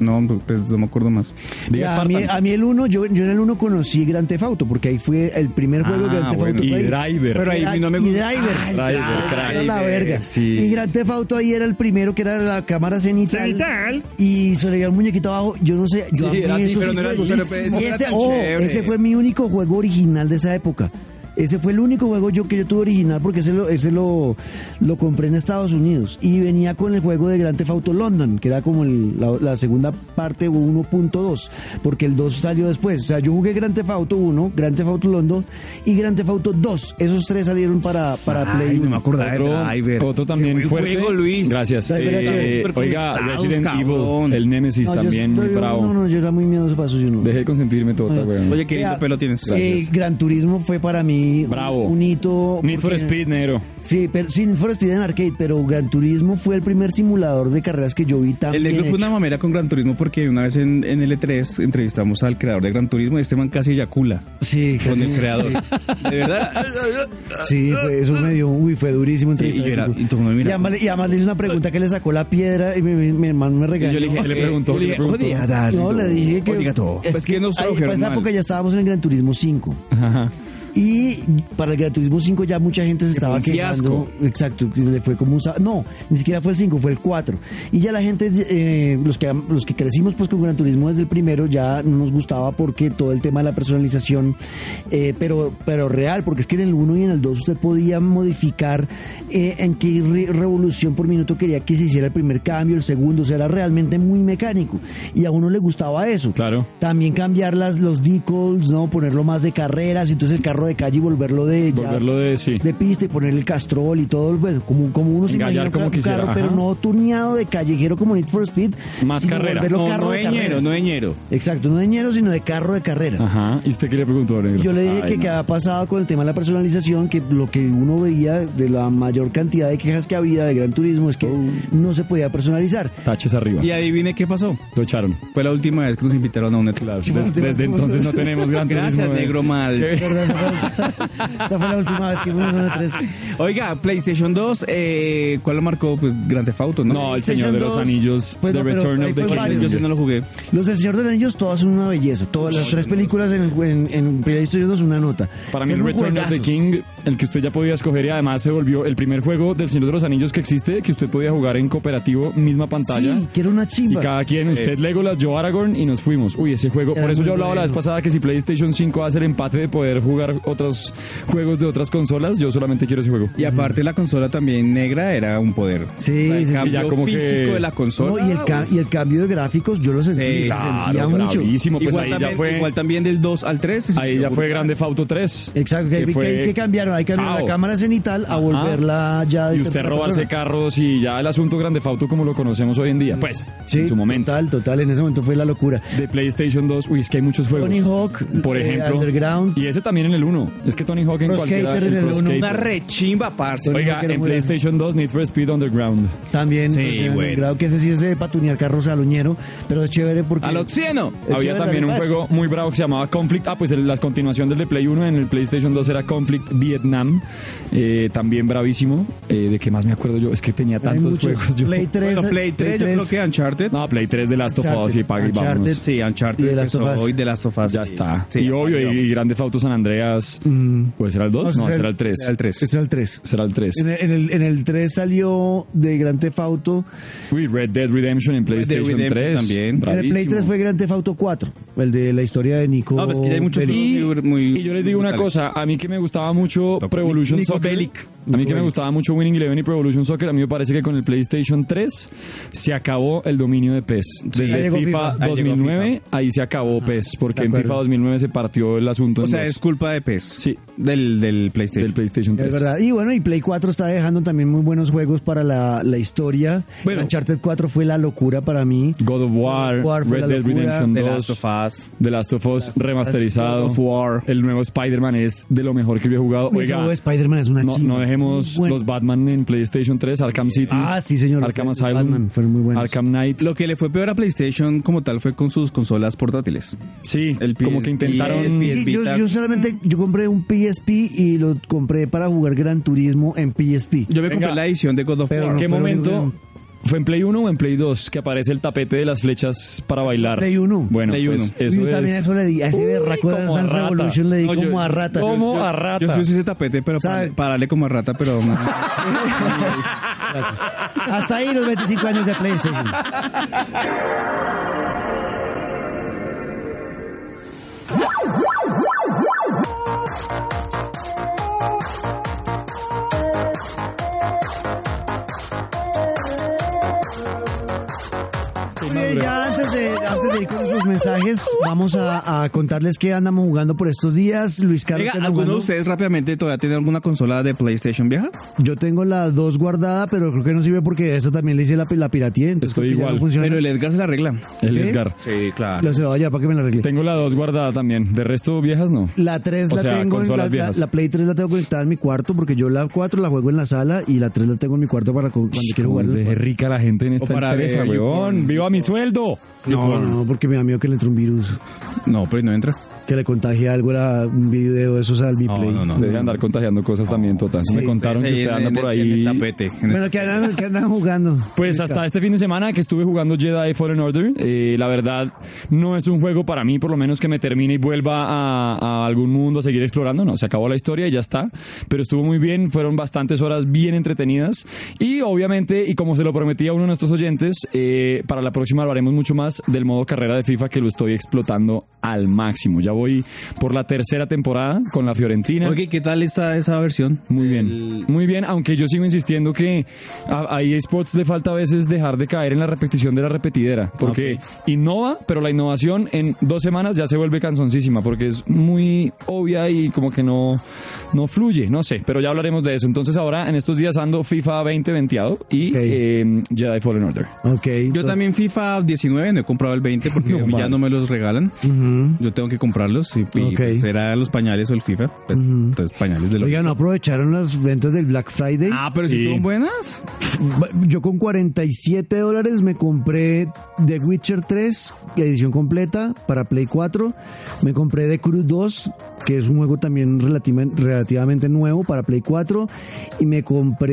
no pues no me acuerdo más. Diga a, mí, Spartan. a mí el 1, yo, yo en el 1 conocí Grand Theft Auto, porque ahí fue el primer juego Ah, que Grand Theft bueno. Auto Y traía. Driver. Pero ahí Era- no me y gusta. Driver. Ay, Driver, Era crack. la verga. sí. Y Grand Theft Auto ahí era el primero que era la cámara cenital. Cenital. Y se le veía el muñequito abajo. Yo no sé. Yo Sí, amé era así, eso. pero no era- fue- pero ese no y era ese, tan oh, chévere. ese fue mi único juego original de esa época. Ese fue el único juego yo que yo tuve original porque ese lo, ese lo, lo compré en Estados Unidos y venía con el juego de Grand Theft Auto London, que era como el- la, la segunda parte o 1.2, porque el 2 salió después. O sea, yo jugué Grand Theft Auto 1, Grand Theft Auto London y Grand Theft Auto 2. Esos tres salieron para, para Ay, Play. no me 1. acordaba de Otro, Driver. otro también Qué buen fuerte. juego, Luis. Gracias. Driver era Eh, chévere, súper oiga, conectados, Resident cabrón. Evil, el Nemesis No, yo- también, no, muy yo- bravo. No, Ah. no, yo era muy miedoso para eso, yo no. Deje de consentirme todo, Ay. weón. Oye, qué lindo Vea, pelo tienes. eh, Gran Turismo fue para mí un- Bravo. un hito. Need for porque- Speed, negro. Sí, pero sí, Need for Speed en arcade, pero Gran Turismo fue el primer simulador de carreras que yo vi tan El bien negro fue hecho. una mamera con Gran Turismo porque una vez en, en L3 entrevistamos al creador de Gran Turismo y este man casi eyacula Sí, con casi- el creador. De verdad. Sí, fue- eso me dio, uy, fue durísimo entrevistar Y yo era- al tipo. y tú me miras. Y además, le- y además le hice una pregunta que le sacó la piedra y mi, mi- mi hermano me regaló. Y yo le dije, ¿Qué le preguntó? yo le ¿Qué le preguntó? dije, "Oye, Darío, No, le dije que. oiga, todo. Es, que, no ahí- Para esa época ya estábamos en el Gran Turismo 5. Y para el Gran Turismo 5 ya mucha gente se estaba fue un quejando. Exacto, que le fue como un. sa- No, ni siquiera fue el 5, fue el 4. Y ya la gente, eh, los, que, los que crecimos pues con Gran Turismo desde el primero, ya no nos gustaba porque todo el tema de la personalización, eh, pero, pero real, porque es que en el 1 y en el 2 usted podía modificar eh, en qué re- revolución por minuto quería que se hiciera el primer cambio, el segundo, o sea, era realmente muy mecánico. Y a uno le gustaba eso. Claro. También cambiar las, los decals, ¿no? Ponerlo más de carreras, entonces el carro carro de calle y volverlo de, ya- Volverlo de sí. de pista y ponerle castrol y todo, pues, como, como uno se imagina Engallar un como ca- un quisiera, carro, ajá. pero no tuneado de callejero como Need for Speed. Más sino carrera. volverlo No, carro de carreras. ñero. Exacto, no de ñero, sino de carro de carreras. Ajá. ¿Y usted qué le preguntó, negro? Yo le dije Ay, que, no. que había pasado con el tema de la personalización, que lo que uno veía de la mayor cantidad de quejas que había de Gran Turismo es que Oh. no se podía personalizar. Taches arriba. Y adivine qué pasó. Lo echaron. Fue la última vez que nos invitaron a una clase. Desde, desde entonces no tenemos gran Gracias, turismo, eh. negro mal. ¿Verdad? Esa fue, esa fue la última vez que fuimos a una 3. Oiga, PlayStation 2, eh, ¿cuál lo marcó? Pues Grand Theft Auto, ¿no? No, el Señor de los Session Anillos, dos, pues The no, pero Return ahí of the fue King. varios. Yo sí no lo jugué. Los del Señor de los Anillos, todas son una belleza. Todas las tres películas en, el- en, en PlayStation 2 una nota. Para mí el Son Return of the juegazos. King, el que usted ya podía escoger y además se volvió el primer juego del Señor de los Anillos que existe, que usted podía jugar en cooperativo, misma pantalla. Sí, que era una Y chimba. cada quien, Eh. usted Legolas, yo Aragorn y nos fuimos. Uy, ese juego. Era Por eso muy yo hablaba la vez bueno. pasada que si PlayStation 5 va a hacer empate de poder jugar otros juegos de otras consolas, yo solamente quiero ese juego. Y aparte la consola también negra era un poder. Sí, el sí, sí. cambio Ya como que- físico de la No, consola. y, el ca- y el cambio de gráficos, yo lo sentí, Sí, se claro, sentía mucho. bravísimo. Pues igual, ahí también, ya fue. igual también del 2 al 3. sí, sí, Ahí ya yo- fue Grande Fauto 3. Exacto, que, que- fue- que cambiaron, hay que cambiar Chao. la cámara cenital a volverla ya de Y usted tercera robarse persona. carros y ya el asunto Grande Fauto como lo conocemos hoy en día. Pues, en su momento. Total, total, en ese momento fue la locura. De PlayStation 2, uy, es que hay muchos juegos. Tony Hawk, por eh, ejemplo. Underground. Y ese también en el 1. Es que Tony Hawk en Pro cualquiera. Skater en el Pro uno. Una Skater. rechimba, parce. Oiga, Era en muy PlayStation 2, Need for Speed Underground. También, Sí, pues, en el bueno. grado que ese sí es de patunear carros a loñero, pero es chévere porque. A lo cieno. Es Había chévere también la un paz. juego muy bravo que se llamaba Conflict. Ah, pues el- la continuación del de Play 1 en el PlayStation 2 era Conflict Vietnam. Eh, también bravísimo. Eh, ¿De qué más me acuerdo yo? Es que tenía Hay tantos muchos. juegos. Yo. Play 3, Bueno, Play 3, yo creo que Uncharted. No, Play 3 de Last of Us y Uncharted, paga y Uncharted. vámonos. Sí, Uncharted. Y de Last of empezó Us. Hoy de Last of Us. Ya Sí, está. sí, y obvio, ya. y, Grande Auto San Andreas. ¿Puede ser el 2? No, ese será es el 3. Era el 3. Ese era el 3. Será el 3. En el, en, el, en el 3 salió de Grand Theft Auto. Uy, Red Dead Redemption en Dead PlayStation Redemption 3. también. En el Play Bravísimo. 3 fue Grand Theft Auto 4, el de la historia de Nico. No, pues que ya hay muchos Bellic. Y, muy- muy y yo les digo una brutales. cosa, a mí que me gustaba mucho Pro Evolution Nico Soccer, Bellic. a mí que me gustaba mucho Winning Eleven y Pro Evolution Soccer, a mí me parece que con el PlayStation 3 se acabó el dominio de PES. Desde llegó FIFA FIFA. Ahí llegó 2009, ahí se acabó PES, porque de en acuerdo. FIFA 2009 se partió el asunto O en sea, dos es culpa de PES. pues, Sí. Del, del PlayStation. del PlayStation 3. Es verdad. Y bueno, y Play 4 está dejando también muy buenos juegos para la, la historia. Bueno. Uncharted 4 fue la locura para mí. God of War, War fue Red la Dead locura, Redemption The 2, Last of Us. The Last of Us remasterizado, God of War. el nuevo Spider-Man es de lo mejor que yo he jugado. Ese Oiga, juego de Pues Spider-Man es una no, chimba. no dejemos Es muy bueno. eh, los Batman en PlayStation 3, Arkham City. Ah, sí, señor. Arkham Los Asylum. Batman fueron muy buenos. Arkham Knight. Lo que le fue peor a PlayStation como tal fue con sus consolas portátiles. Sí, El como PS, que intentaron... PSP. Y yo, Vita. yo solamente yo compré un PSP y lo compré para jugar Gran Turismo en PSP. Yo me Venga. compré la edición de God of Pero War. ¿En no qué fue lo único momento? ¿Fue en Play 1 o en Play 2 que aparece el tapete de las flechas para bailar? Play 1. Bueno, Play pues 1. eso yo también es- eso le di a ese Uy, berraco de como Dance rata. Revolution le di No, yo- como a rata. ¿Cómo a Yo rata? sí usé ese tapete, pero O sea- para, pararle como a rata, pero... no. Gracias. Hasta ahí los 25 años de PlayStation. Muy bien, ya antes de, antes de ir con sus mensajes, vamos a, a contarles qué andamos jugando por estos días. Luis Carlos, Oiga, ¿qué anda ¿alguno de jugando? ustedes rápidamente todavía tiene alguna consola de PlayStation vieja? Yo tengo la dos guardada, pero creo que no sirve porque esa también le hice la, la pirateé, entonces Estoy creo que ya igual, no funciona. Pero el Edgar se la arregla. El ¿Sí? Edgar. Sí, claro. Lo se lo voy a llevar para que me la arregle. Tengo la 2 guardada también. De resto, viejas no. La 3 O la sea, tengo en la, consolas la, viejas. la Play 3 la tengo conectada en mi cuarto porque yo la 4 la juego en la sala y la 3 la tengo en mi cuarto para cu- cuando quiero jugar. Uy, de rica la gente en esta para ver empresa, YouPorn. weón. ¡Viva mi sueldo! No, no, porque me da miedo que le entre un virus, No, pero no entra. que le contagie algo a un video de esos al mi Play. no, no. Debe andar contagiando cosas también, Total. Me contaron que Sí, usted en- anda en- por En el ahí. tapete. Bueno, que andan, que andan jugando. Pues hasta este fin de semana que estuve jugando Jedi Fallen Order, eh, la verdad no es un juego para mí, por lo menos que me termine y vuelva a, a algún mundo a seguir explorando, no, se acabó la historia y ya está, pero estuvo muy bien, fueron bastantes horas bien entretenidas y obviamente, y como se lo prometí a uno de nuestros oyentes, eh, para la próxima lo haremos mucho más del modo carrera de FIFA que lo estoy estoy explotando al máximo. Ya voy por la tercera temporada con la Fiorentina. Ok, ¿qué tal está esa versión? Muy bien, muy bien, aunque yo sigo insistiendo que a, a EA Sports le falta a veces dejar de caer en la repetición de la repetidera, porque innova, pero la innovación en dos semanas ya se vuelve canzoncísima, porque es muy obvia y como que no, no fluye, no sé, pero ya hablaremos de eso. Entonces ahora en estos días ando FIFA 20 venteado y Ok. eh, Jedi Fallen Order. Ok. Yo también FIFA 19, no he comprado el 20 porque a mí ya no me los regalan. Yo tengo que comprarlos y, y, Ok. pues, será los pañales o el FIFA. Pues, Entonces, pañales de lo Oigan, que- ¿no aprovecharon las ventas del Black Friday? Ah, pero si Sí. son buenas. Yo con 47 dólares me compré The Witcher 3, edición completa para Play 4. Me compré The Crew 2, que es un juego también relativa- relativamente nuevo para Play 4. Y me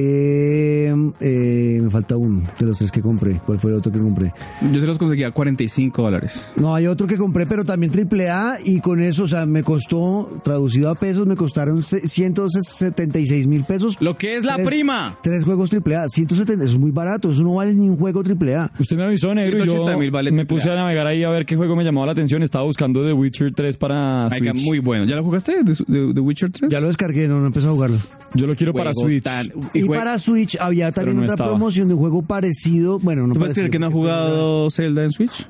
compré... eh, me falta uno de los tres que compré. ¿Cuál fue el otro que compré? Yo se los conseguí a 45 dólares. No, hay otro que compré, pero también AAA y con eso, o sea, me costó, traducido a pesos, me costaron se- 176 mil pesos. Lo que es la Tres- prima. Tres juegos AAA, 170, eso es muy barato, eso no vale ni un juego AAA. Usted me avisó, negro, y yo 180.000 vale me triple puse a A. navegar ahí a ver qué juego me llamaba la atención. Estaba buscando The Witcher 3 para Marica, Switch. muy bueno. ¿Ya lo jugaste? ¿De, de- de Witcher 3? Ya lo descargué, no, no empecé a jugarlo. Yo lo quiero para Juego Switch. tan- Y, jue- para Switch había también no otra estaba. promoción de un juego parecido, bueno, no ¿Tú puedes creer parecido, que no ha porque este- jugado Zelda en Switch?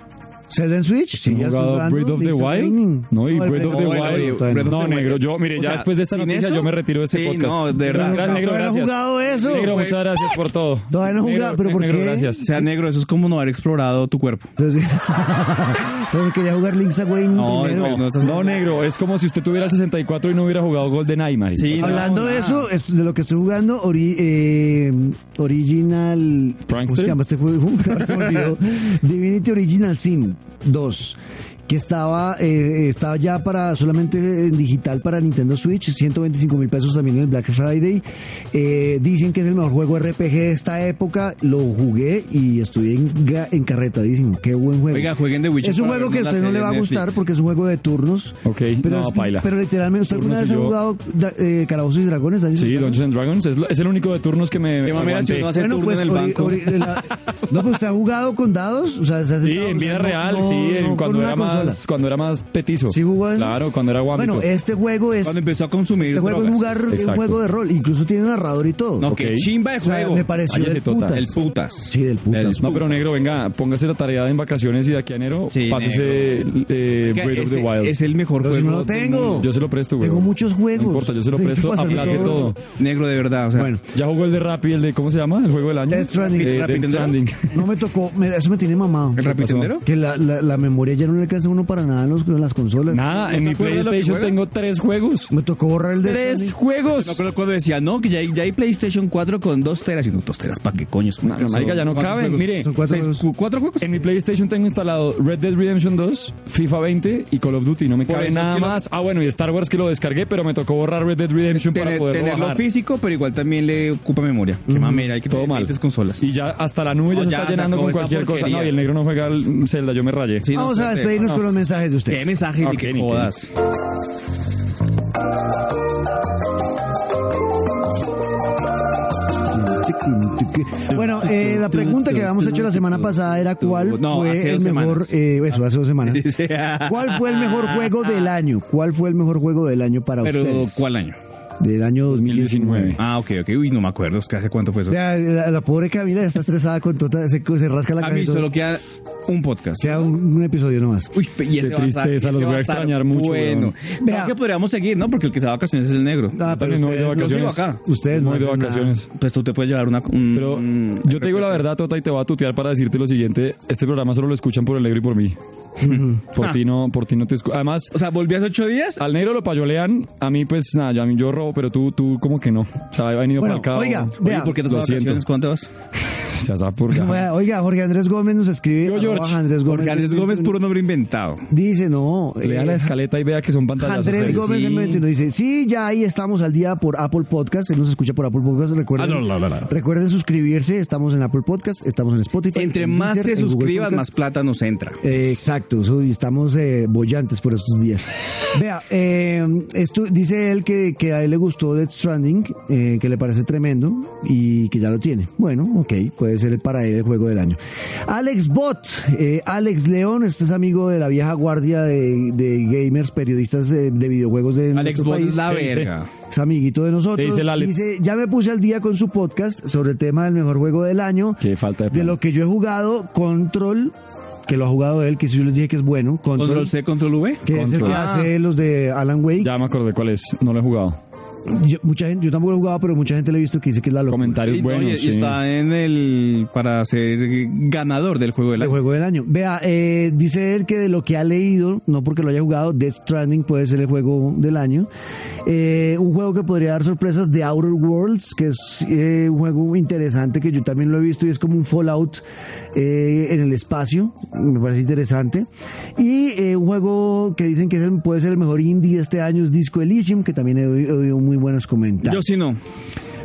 ¿Zelda en Switch? Sí, ¿Han ya estoy jugado jugando, Breath of the Link's Awakening. Wild? No, y el Breath of the no, el Wild. todavía Breath of no, the negro, Wild. yo, O mire, ya sea, después de esta ¿sin noticia eso? yo me retiro de este Sí, podcast. no, de verdad. Gracias, Todavía no negro, he gracias. jugado eso. Negro, Fue- muchas gracias por todo. Todavía no he Negro, jugado, pero ne- ¿por negro, qué? O gracias. sea, negro, eso es como no haber explorado tu cuerpo. Entonces, pero quería jugar Link's Awakening No, primero. no, no estás- No, negro, es como si usted tuviera el 64 y no hubiera jugado GoldenEye, marica. Sí, O sea, Pues Hablando no, de nada. eso, es- de lo que estoy jugando, ori- eh, Original. ¿Cómo se Prankster? llama este juego? Se me olvidó. Divinity Original Sin 2. Que estaba, eh, estaba ya para solamente en digital para Nintendo Switch, 125 mil pesos también en el Black Friday. Eh, dicen que es el mejor juego RPG de esta época. Lo jugué y estuve enga- encarretadísimo. Qué buen juego. Oiga, jueguen The Witcher Es un para juego ver que a una usted no serie le en va a Netflix. gustar porque es un juego de turnos. Ok, pero, no, es- paila. pero literalmente, ¿usted alguna vez Turnos y ha yo- jugado da- eh, Calabozos y Dragones? Dungeons Sí, and Dragons? Dungeons and Dragons es, lo- es el único de turnos que me Qué mamera, aguanté. si uno hace- turno en el pues, ori- banco. ori- la- no, pero usted ha jugado con dados. O sea, se ha Sí, sentado, en o sea, vida no- real, no- sí, en no con cuando una era consola. más cuando era más petizo. Sí, jugó en- Claro, cuando era guamito. Bueno, este juego es. Cuando empezó a consumir. este juego es drogas. jugar es un Exacto. juego de rol. Incluso tiene narrador y todo. No, Ok. que chimba de O sea, juego. me pareció Cállese, del Tota. putas. El putas. Sí, del putas. El- No, pero negro, venga, póngase la tarea en vacaciones y de aquí a enero Sí, pásese eh, Oiga, Breath of the ese- Wild. Es el mejor Pero si juego. no lo del tengo. mundo. Yo se lo presto, güey. Tengo muchos juegos. No importa, yo se lo Tengo que presto, pasarme aplace todo. Negro de verdad, o sea. Bueno. Ya jugó el de Rappi, el de, ¿cómo se llama? El juego del año. Death Stranding. Eh, Death Rappi, ¿entendrá? Stranding. No me tocó. me- eso me tiene mamado. ¿El rapitendero? Que la, la, la memoria ya no le alcanza a uno para nada en, los- en las consolas. Nada, en mi acuerdas lo que PlayStation juega? tengo tres juegos. Me tocó borrar el de. ¡Tres juegos! Me acuerdo cuando decía, no, que ya hay, ya hay PlayStation 4 con 2 teras. Y no, 2 teras, ¿para qué coño? No, no, marica, ya no ¿Cuántos caben. juegos? Mire, Son cuatro Seis- juegos. cu- ¿Cuatro juegos? en mi PlayStation tengo instalado Red Dead Redemption 2, FIFA 20 y Call of Duty. No me Por cabe eso es nada que lo- más. Ah, bueno, y Star Wars que lo descargué, pero me tocó borrar Red Dead Redemption para Tener- poderlo tenerlo bajar. físico, pero igual también le ocupa memoria. Qué mamera, hay que Todo tener mal. diferentes consolas. Y ya hasta la nube No, ya Oh, se ya está llenando sacó con esta cualquier cosa. porquería. No, y el negro no juega al Zelda, yo me rayé. Sí, no, Vamos a espérate. despedirnos no. con los mensajes de Qué ustedes. mensaje Ok, de que ni- jodas. Bueno, eh, la pregunta que habíamos hecho la semana pasada era cuál No, hace fue el dos mejor, semanas. ah. eh, eso hace dos semanas. ¿Cuál fue el mejor juego del año? ¿Cuál fue el mejor juego del año para Pero, ustedes? ¿cuál año? Del año 2019. 2019. Ah, ok, ok. Uy, no me acuerdo. Es que hace cuánto fue eso. Ya, La, la pobre Camila está estresada con toda se, se rasca la A cabeza. mí y todo. solo queda un podcast. Sea un, un episodio nomás. Uy, pe- y ese Qué va a tristeza, estar- los ese voy va a estar extrañar mucho, Bueno, weón. creo que podríamos seguir, ¿no? Porque el que se va a vacaciones es el negro. Ah, pero También no voy ustedes, de yo sigo vacaciones. acá. ustedes no Muy de hacen vacaciones. Pues tú te puedes llevar una. un- Pero un- yo te digo la verdad, Tota, y te voy a tutear para decirte lo siguiente. Este programa solo lo escuchan por el negro y por mí. por Ah. ti no, por ti no te escuchan. Además, O sea, volví hace ocho días. al negro lo payolean, a mí pues nada, yo, a mí yo robo, pero tú, tú como que no. O sea, he venido Bueno, para acá. oiga, o- Oye, vea. ¿por qué te vas Lo de vacaciones? siento. ¿Cuánto vas? Se has apurgado. Oiga, Oiga, Jorge Andrés Gómez nos escribe. Yo, George. arroba Andrés Gómez. Pues, Porque Andrés Gómez, puro nombre inventado. Dice, no. Lea eh, la escaleta y vea que son pantallas. Andrés Gómez sí. M21 dice, sí, ya ahí estamos al día por Apple Podcast, él nos escucha por Apple Podcast, recuerden, Ah, no, no, no, no. recuerden suscribirse, estamos en Apple Podcast, estamos en Spotify. Entre en más Deezer, se en Google suscriban, más Podcast. plata nos entra. Eh, exacto, eso, y estamos eh, bollantes por estos días. Vea, eh, esto, dice él que, que a él le gustó Death Stranding, eh, que le parece tremendo y que ya lo tiene. Bueno, ok, puede puede ser para él el juego del año. Alex Bot, eh, Alex León, este es amigo de la vieja guardia de, de gamers, periodistas eh, de videojuegos de Alex nuestro Bot país. es la ¿Qué dice? verga. Es amiguito de nosotros. Te dice el Alex. Dice, ya me puse al día con su podcast sobre el tema del mejor juego del año. Qué falta de De plan. lo que yo he jugado, Control, que lo ha jugado él, que yo les dije que es bueno. Control, Control C, Control V. que es el Control. que hace los de Alan Wake. Ya me acordé cuál es, no lo he jugado. Yo, mucha gente, yo tampoco lo he jugado, pero mucha gente le he visto que dice que es la locura. Comentarios Y, no, buenos. y- y sí. está en el. para ser ganador del juego del El año. juego del año. Vea, eh, dice él que de lo que ha leído, no porque lo haya jugado, Death Stranding puede ser el juego del año. Eh, un juego que podría dar sorpresas de Outer Worlds, que es eh, un juego interesante que yo también lo he visto y es como un Fallout eh, en el espacio. Me parece interesante. Y eh, un juego que dicen que es el- puede ser el mejor indie de este año es Disco Elysium, que también he oí- he oído muy buenos comentarios. Yo sí no.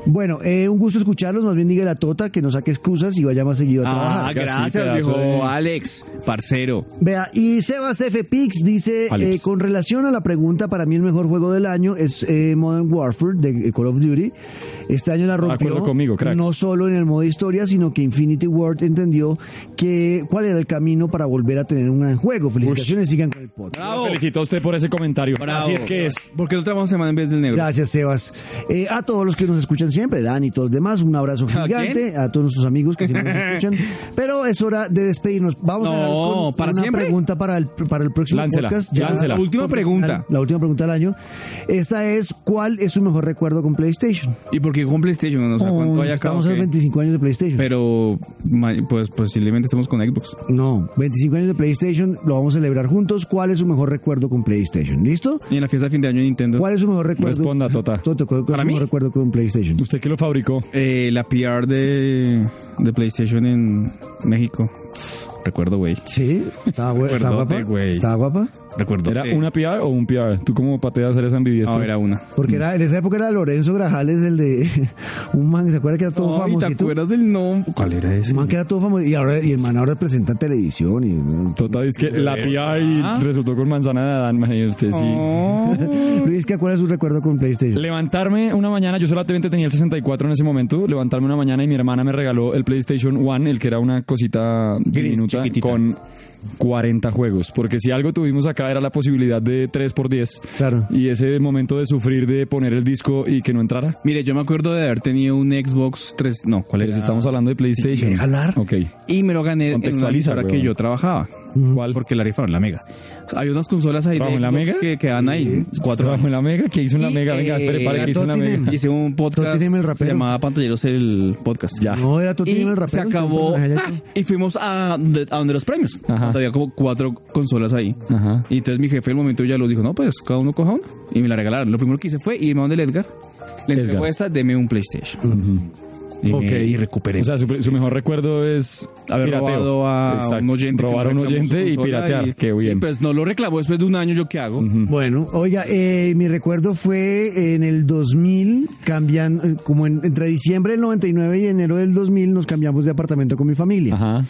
Bueno, eh, un gusto escucharlos. Más bien diga la tota que no saque excusas y vaya más seguido a trabajar. Ah, sí, gracias, pedazo viejo de- Alex, parcero. Vea, y Sebas F. Pix dice, Alex. eh, con relación a la pregunta, para mí el mejor juego del año es eh, Modern Warfare de eh, Call of Duty. Este año la rompió, Acuerdo conmigo, crack. no solo en el modo historia, sino que Infinity Ward entendió que cuál era el camino para volver a tener un gran juego. Felicitaciones, sigan con el podcast. Lo Felicito a usted por ese comentario. Así es que es. Porque otra vamos a semana en vez del negro. Gracias, Sebas. Eh, a todos los que nos escuchan siempre, Dan y todos los demás, un abrazo quién? gigante. A, todos nuestros amigos que siempre nos escuchan. Pero es hora de despedirnos. Vamos No, a dejarlos con ¿para una siempre? pregunta para el, para el próximo Láncela, podcast. láncela. La última pregunta. La última pregunta del año. Esta es, ¿cuál es su mejor recuerdo con PlayStation? ¿Y este por qué con PlayStation? O sea, Oh, ¿cuánto hay acá? Estamos o a qué? 25 años de PlayStation. Pero, ma- pues posiblemente estemos con Xbox. no, 25 años de PlayStation, lo vamos a celebrar juntos. ¿Cuál es su mejor recuerdo con PlayStation? ¿Listo? Y en la fiesta de fin de año de Nintendo. ¿Cuál es su mejor recuerdo? Responda, Tota. Toto, ¿cuál es ¿Para su mí? mejor recuerdo con PlayStation? ¿Usted que lo fabricó? Eh, la PR de, de PlayStation en México. Recuerdo, güey. Sí, estaba, gua- estaba Recuerdote, guapa. güey. Estaba guapa. Recuerdo. ¿Era una PR o un PR? ¿Tú cómo pateas eres ambidiestro? No, era una. Porque era, en esa época era Lorenzo Grajales, el de un man, ¿se acuerda que era todo Ay, famoso? del nombre? ¿Cuál era ese? Un man que era todo famoso. Y ahora y el man ahora presenta en televisión. Y, Total, es que la PR y resultó con manzana de Adán, imagínate usted, sí. Luis, ¿qué acuerdas de su recuerdo con PlayStation? Levantarme una mañana, yo solamente tenía el 64 en ese momento, levantarme una mañana y mi hermana me regaló el PlayStation One, el que era una cosita diminuta chiquitita. con 40 juegos, porque si algo tuvimos acá era la posibilidad de 3x10 Claro. y ese momento de sufrir de poner el disco y que no entrara. Mire, yo me acuerdo de haber tenido un Xbox 3. No, ¿cuál Pero era? si estamos hablando de PlayStation. ¿Deja hablar? Ok. Y me lo gané en una Contextualiza, emisora que weón. yo trabajaba. ¿Cuál? Porque la rifaron, la Mega. Hay unas consolas ahí de ¿Trabajo en la Xbox Mega? que quedan ahí. Cuatro Trabajo en la mega, que hizo en la Y, mega, venga, eh, espere, pare, que hizo en la Tottenham. mega. Hice un podcast. Tottenham el Se rapero. llamaba Pantalleros el podcast. Ya. No, era Tottenham Y el rapero, Se entonces, acabó. Ah, allá- Y fuimos a donde, a donde los premios. Ajá. Había como cuatro consolas ahí. Ajá. Y entonces mi jefe al momento ya los dijo, no, pues cada uno coja una. Y me la regalaron. Lo primero que hice fue irme a donde el Edgar. Le Edgar. entregó esta, deme un PlayStation. y, me- Ok. y recuperé. O sea, su, su mejor recuerdo es haber pirateo. robado a Exacto. un oyente. que Robar a no un reclamó oyente su y consola piratear. Qué sí, bien. pues no lo reclamó después de un año, ¿yo qué hago? Bueno, oiga, eh, mi recuerdo fue en el 2000, cambiando, eh, como en- entre diciembre del 99 y enero del 2000 nos cambiamos de apartamento con mi familia. Ajá.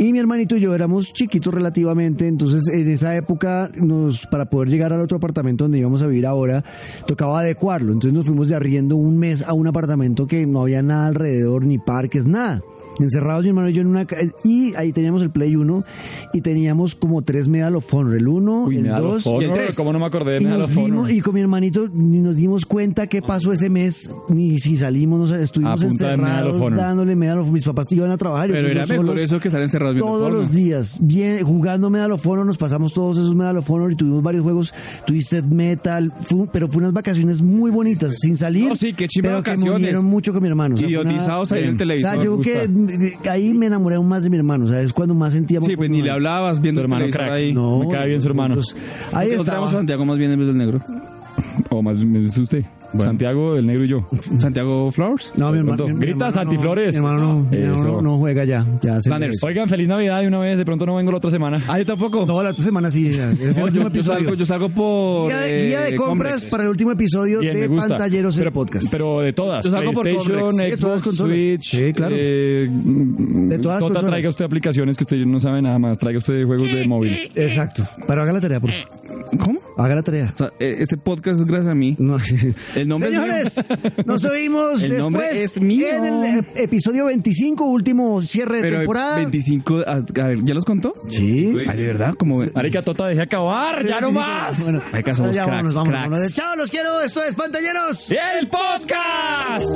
Y mi hermanito y yo éramos chiquitos relativamente, entonces en esa época nos para poder llegar al otro apartamento donde íbamos a vivir ahora, tocaba adecuarlo. Entonces nos fuimos de arriendo un mes a un apartamento que no había nada alrededor, ni parques, nada. Encerrados mi hermano y yo en una ca- y ahí teníamos el Play 1 y teníamos como tres Medal of Honor, el 1, Uy, el Medal of 2 Honor, y el tres. ¿Cómo no me acordé de y, Medal nos of Honor? dimos, y con mi hermanito ni nos dimos cuenta qué pasó ese mes, ni si salimos, nos estuvimos A punta de Medal of encerrados Honor. dándole Medal of Mis papás iban a trabajar. y Pero era nosotros mejor solos eso que estar encerrados viendo todos porno. los días, bien, jugando Medal of Honor, nos pasamos todos esos Medal of Honor y tuvimos varios juegos, Twisted Metal, fue un- pero fue unas vacaciones muy bonitas, sin salir, No, sí, qué chimba pero que vacaciones. movieron mucho con mi hermano. o sea, fue una- Idiotizados ahí en el o sea, televisor. yo creo que mm, ahí me enamoré aún más de mi hermano, o sea, es cuando más sentíamos... Sí, pues ni le hablabas viendo Tu hermano el televisor crack. ahí. No, Me cae bien su hermano. nosotros- Ahí Nosotros está. llamamos a Santiago más bien en vez del negro. O más bien es usted. Santiago, el negro y yo. Santiago Flowers. No, mi hermano. Pronto. mi- mi Grita, hermano Santi no, Flores. Mi hermano no, mi hermano Eso. no, no juega ya. ya se Banners. Pues. Oigan, feliz Navidad de una vez. De pronto no vengo la otra semana. Ah, yo tampoco. No, la otra semana sí. ya, ese es el No, último yo, yo episodio. salgo, yo salgo por. guía, de- guía de eh, compras Comrex. para el último episodio Bien, me de gusta. Pantalleros pero, el podcast. Pero de todas. Yo salgo por PlayStation, Correx. Sí, todas las Xbox, consolas. Switch. Sí, claro. De de todas las Tota, consolas. traiga usted aplicaciones que usted no sabe nada más. Traiga usted juegos de móvil. Exacto. Pero haga la tarea, por favor. ¿Cómo? Haga la tarea. O sea, eh, este podcast es gracias a mí. No, sí, sí. El nombre es Señores, nos oímos El nombre después es mío. en el eh, episodio 25, último cierre de Pero temporada. 25, a- a ver, ¿ya los contó? Sí. Ay, de verdad, como... Marica Tota, deje acabar, ya no más. Bueno, Marica, somos ya vámonos, cracks, vámonos, cracks. Chao, los quiero. Esto es Pantalleros. ¡El podcast!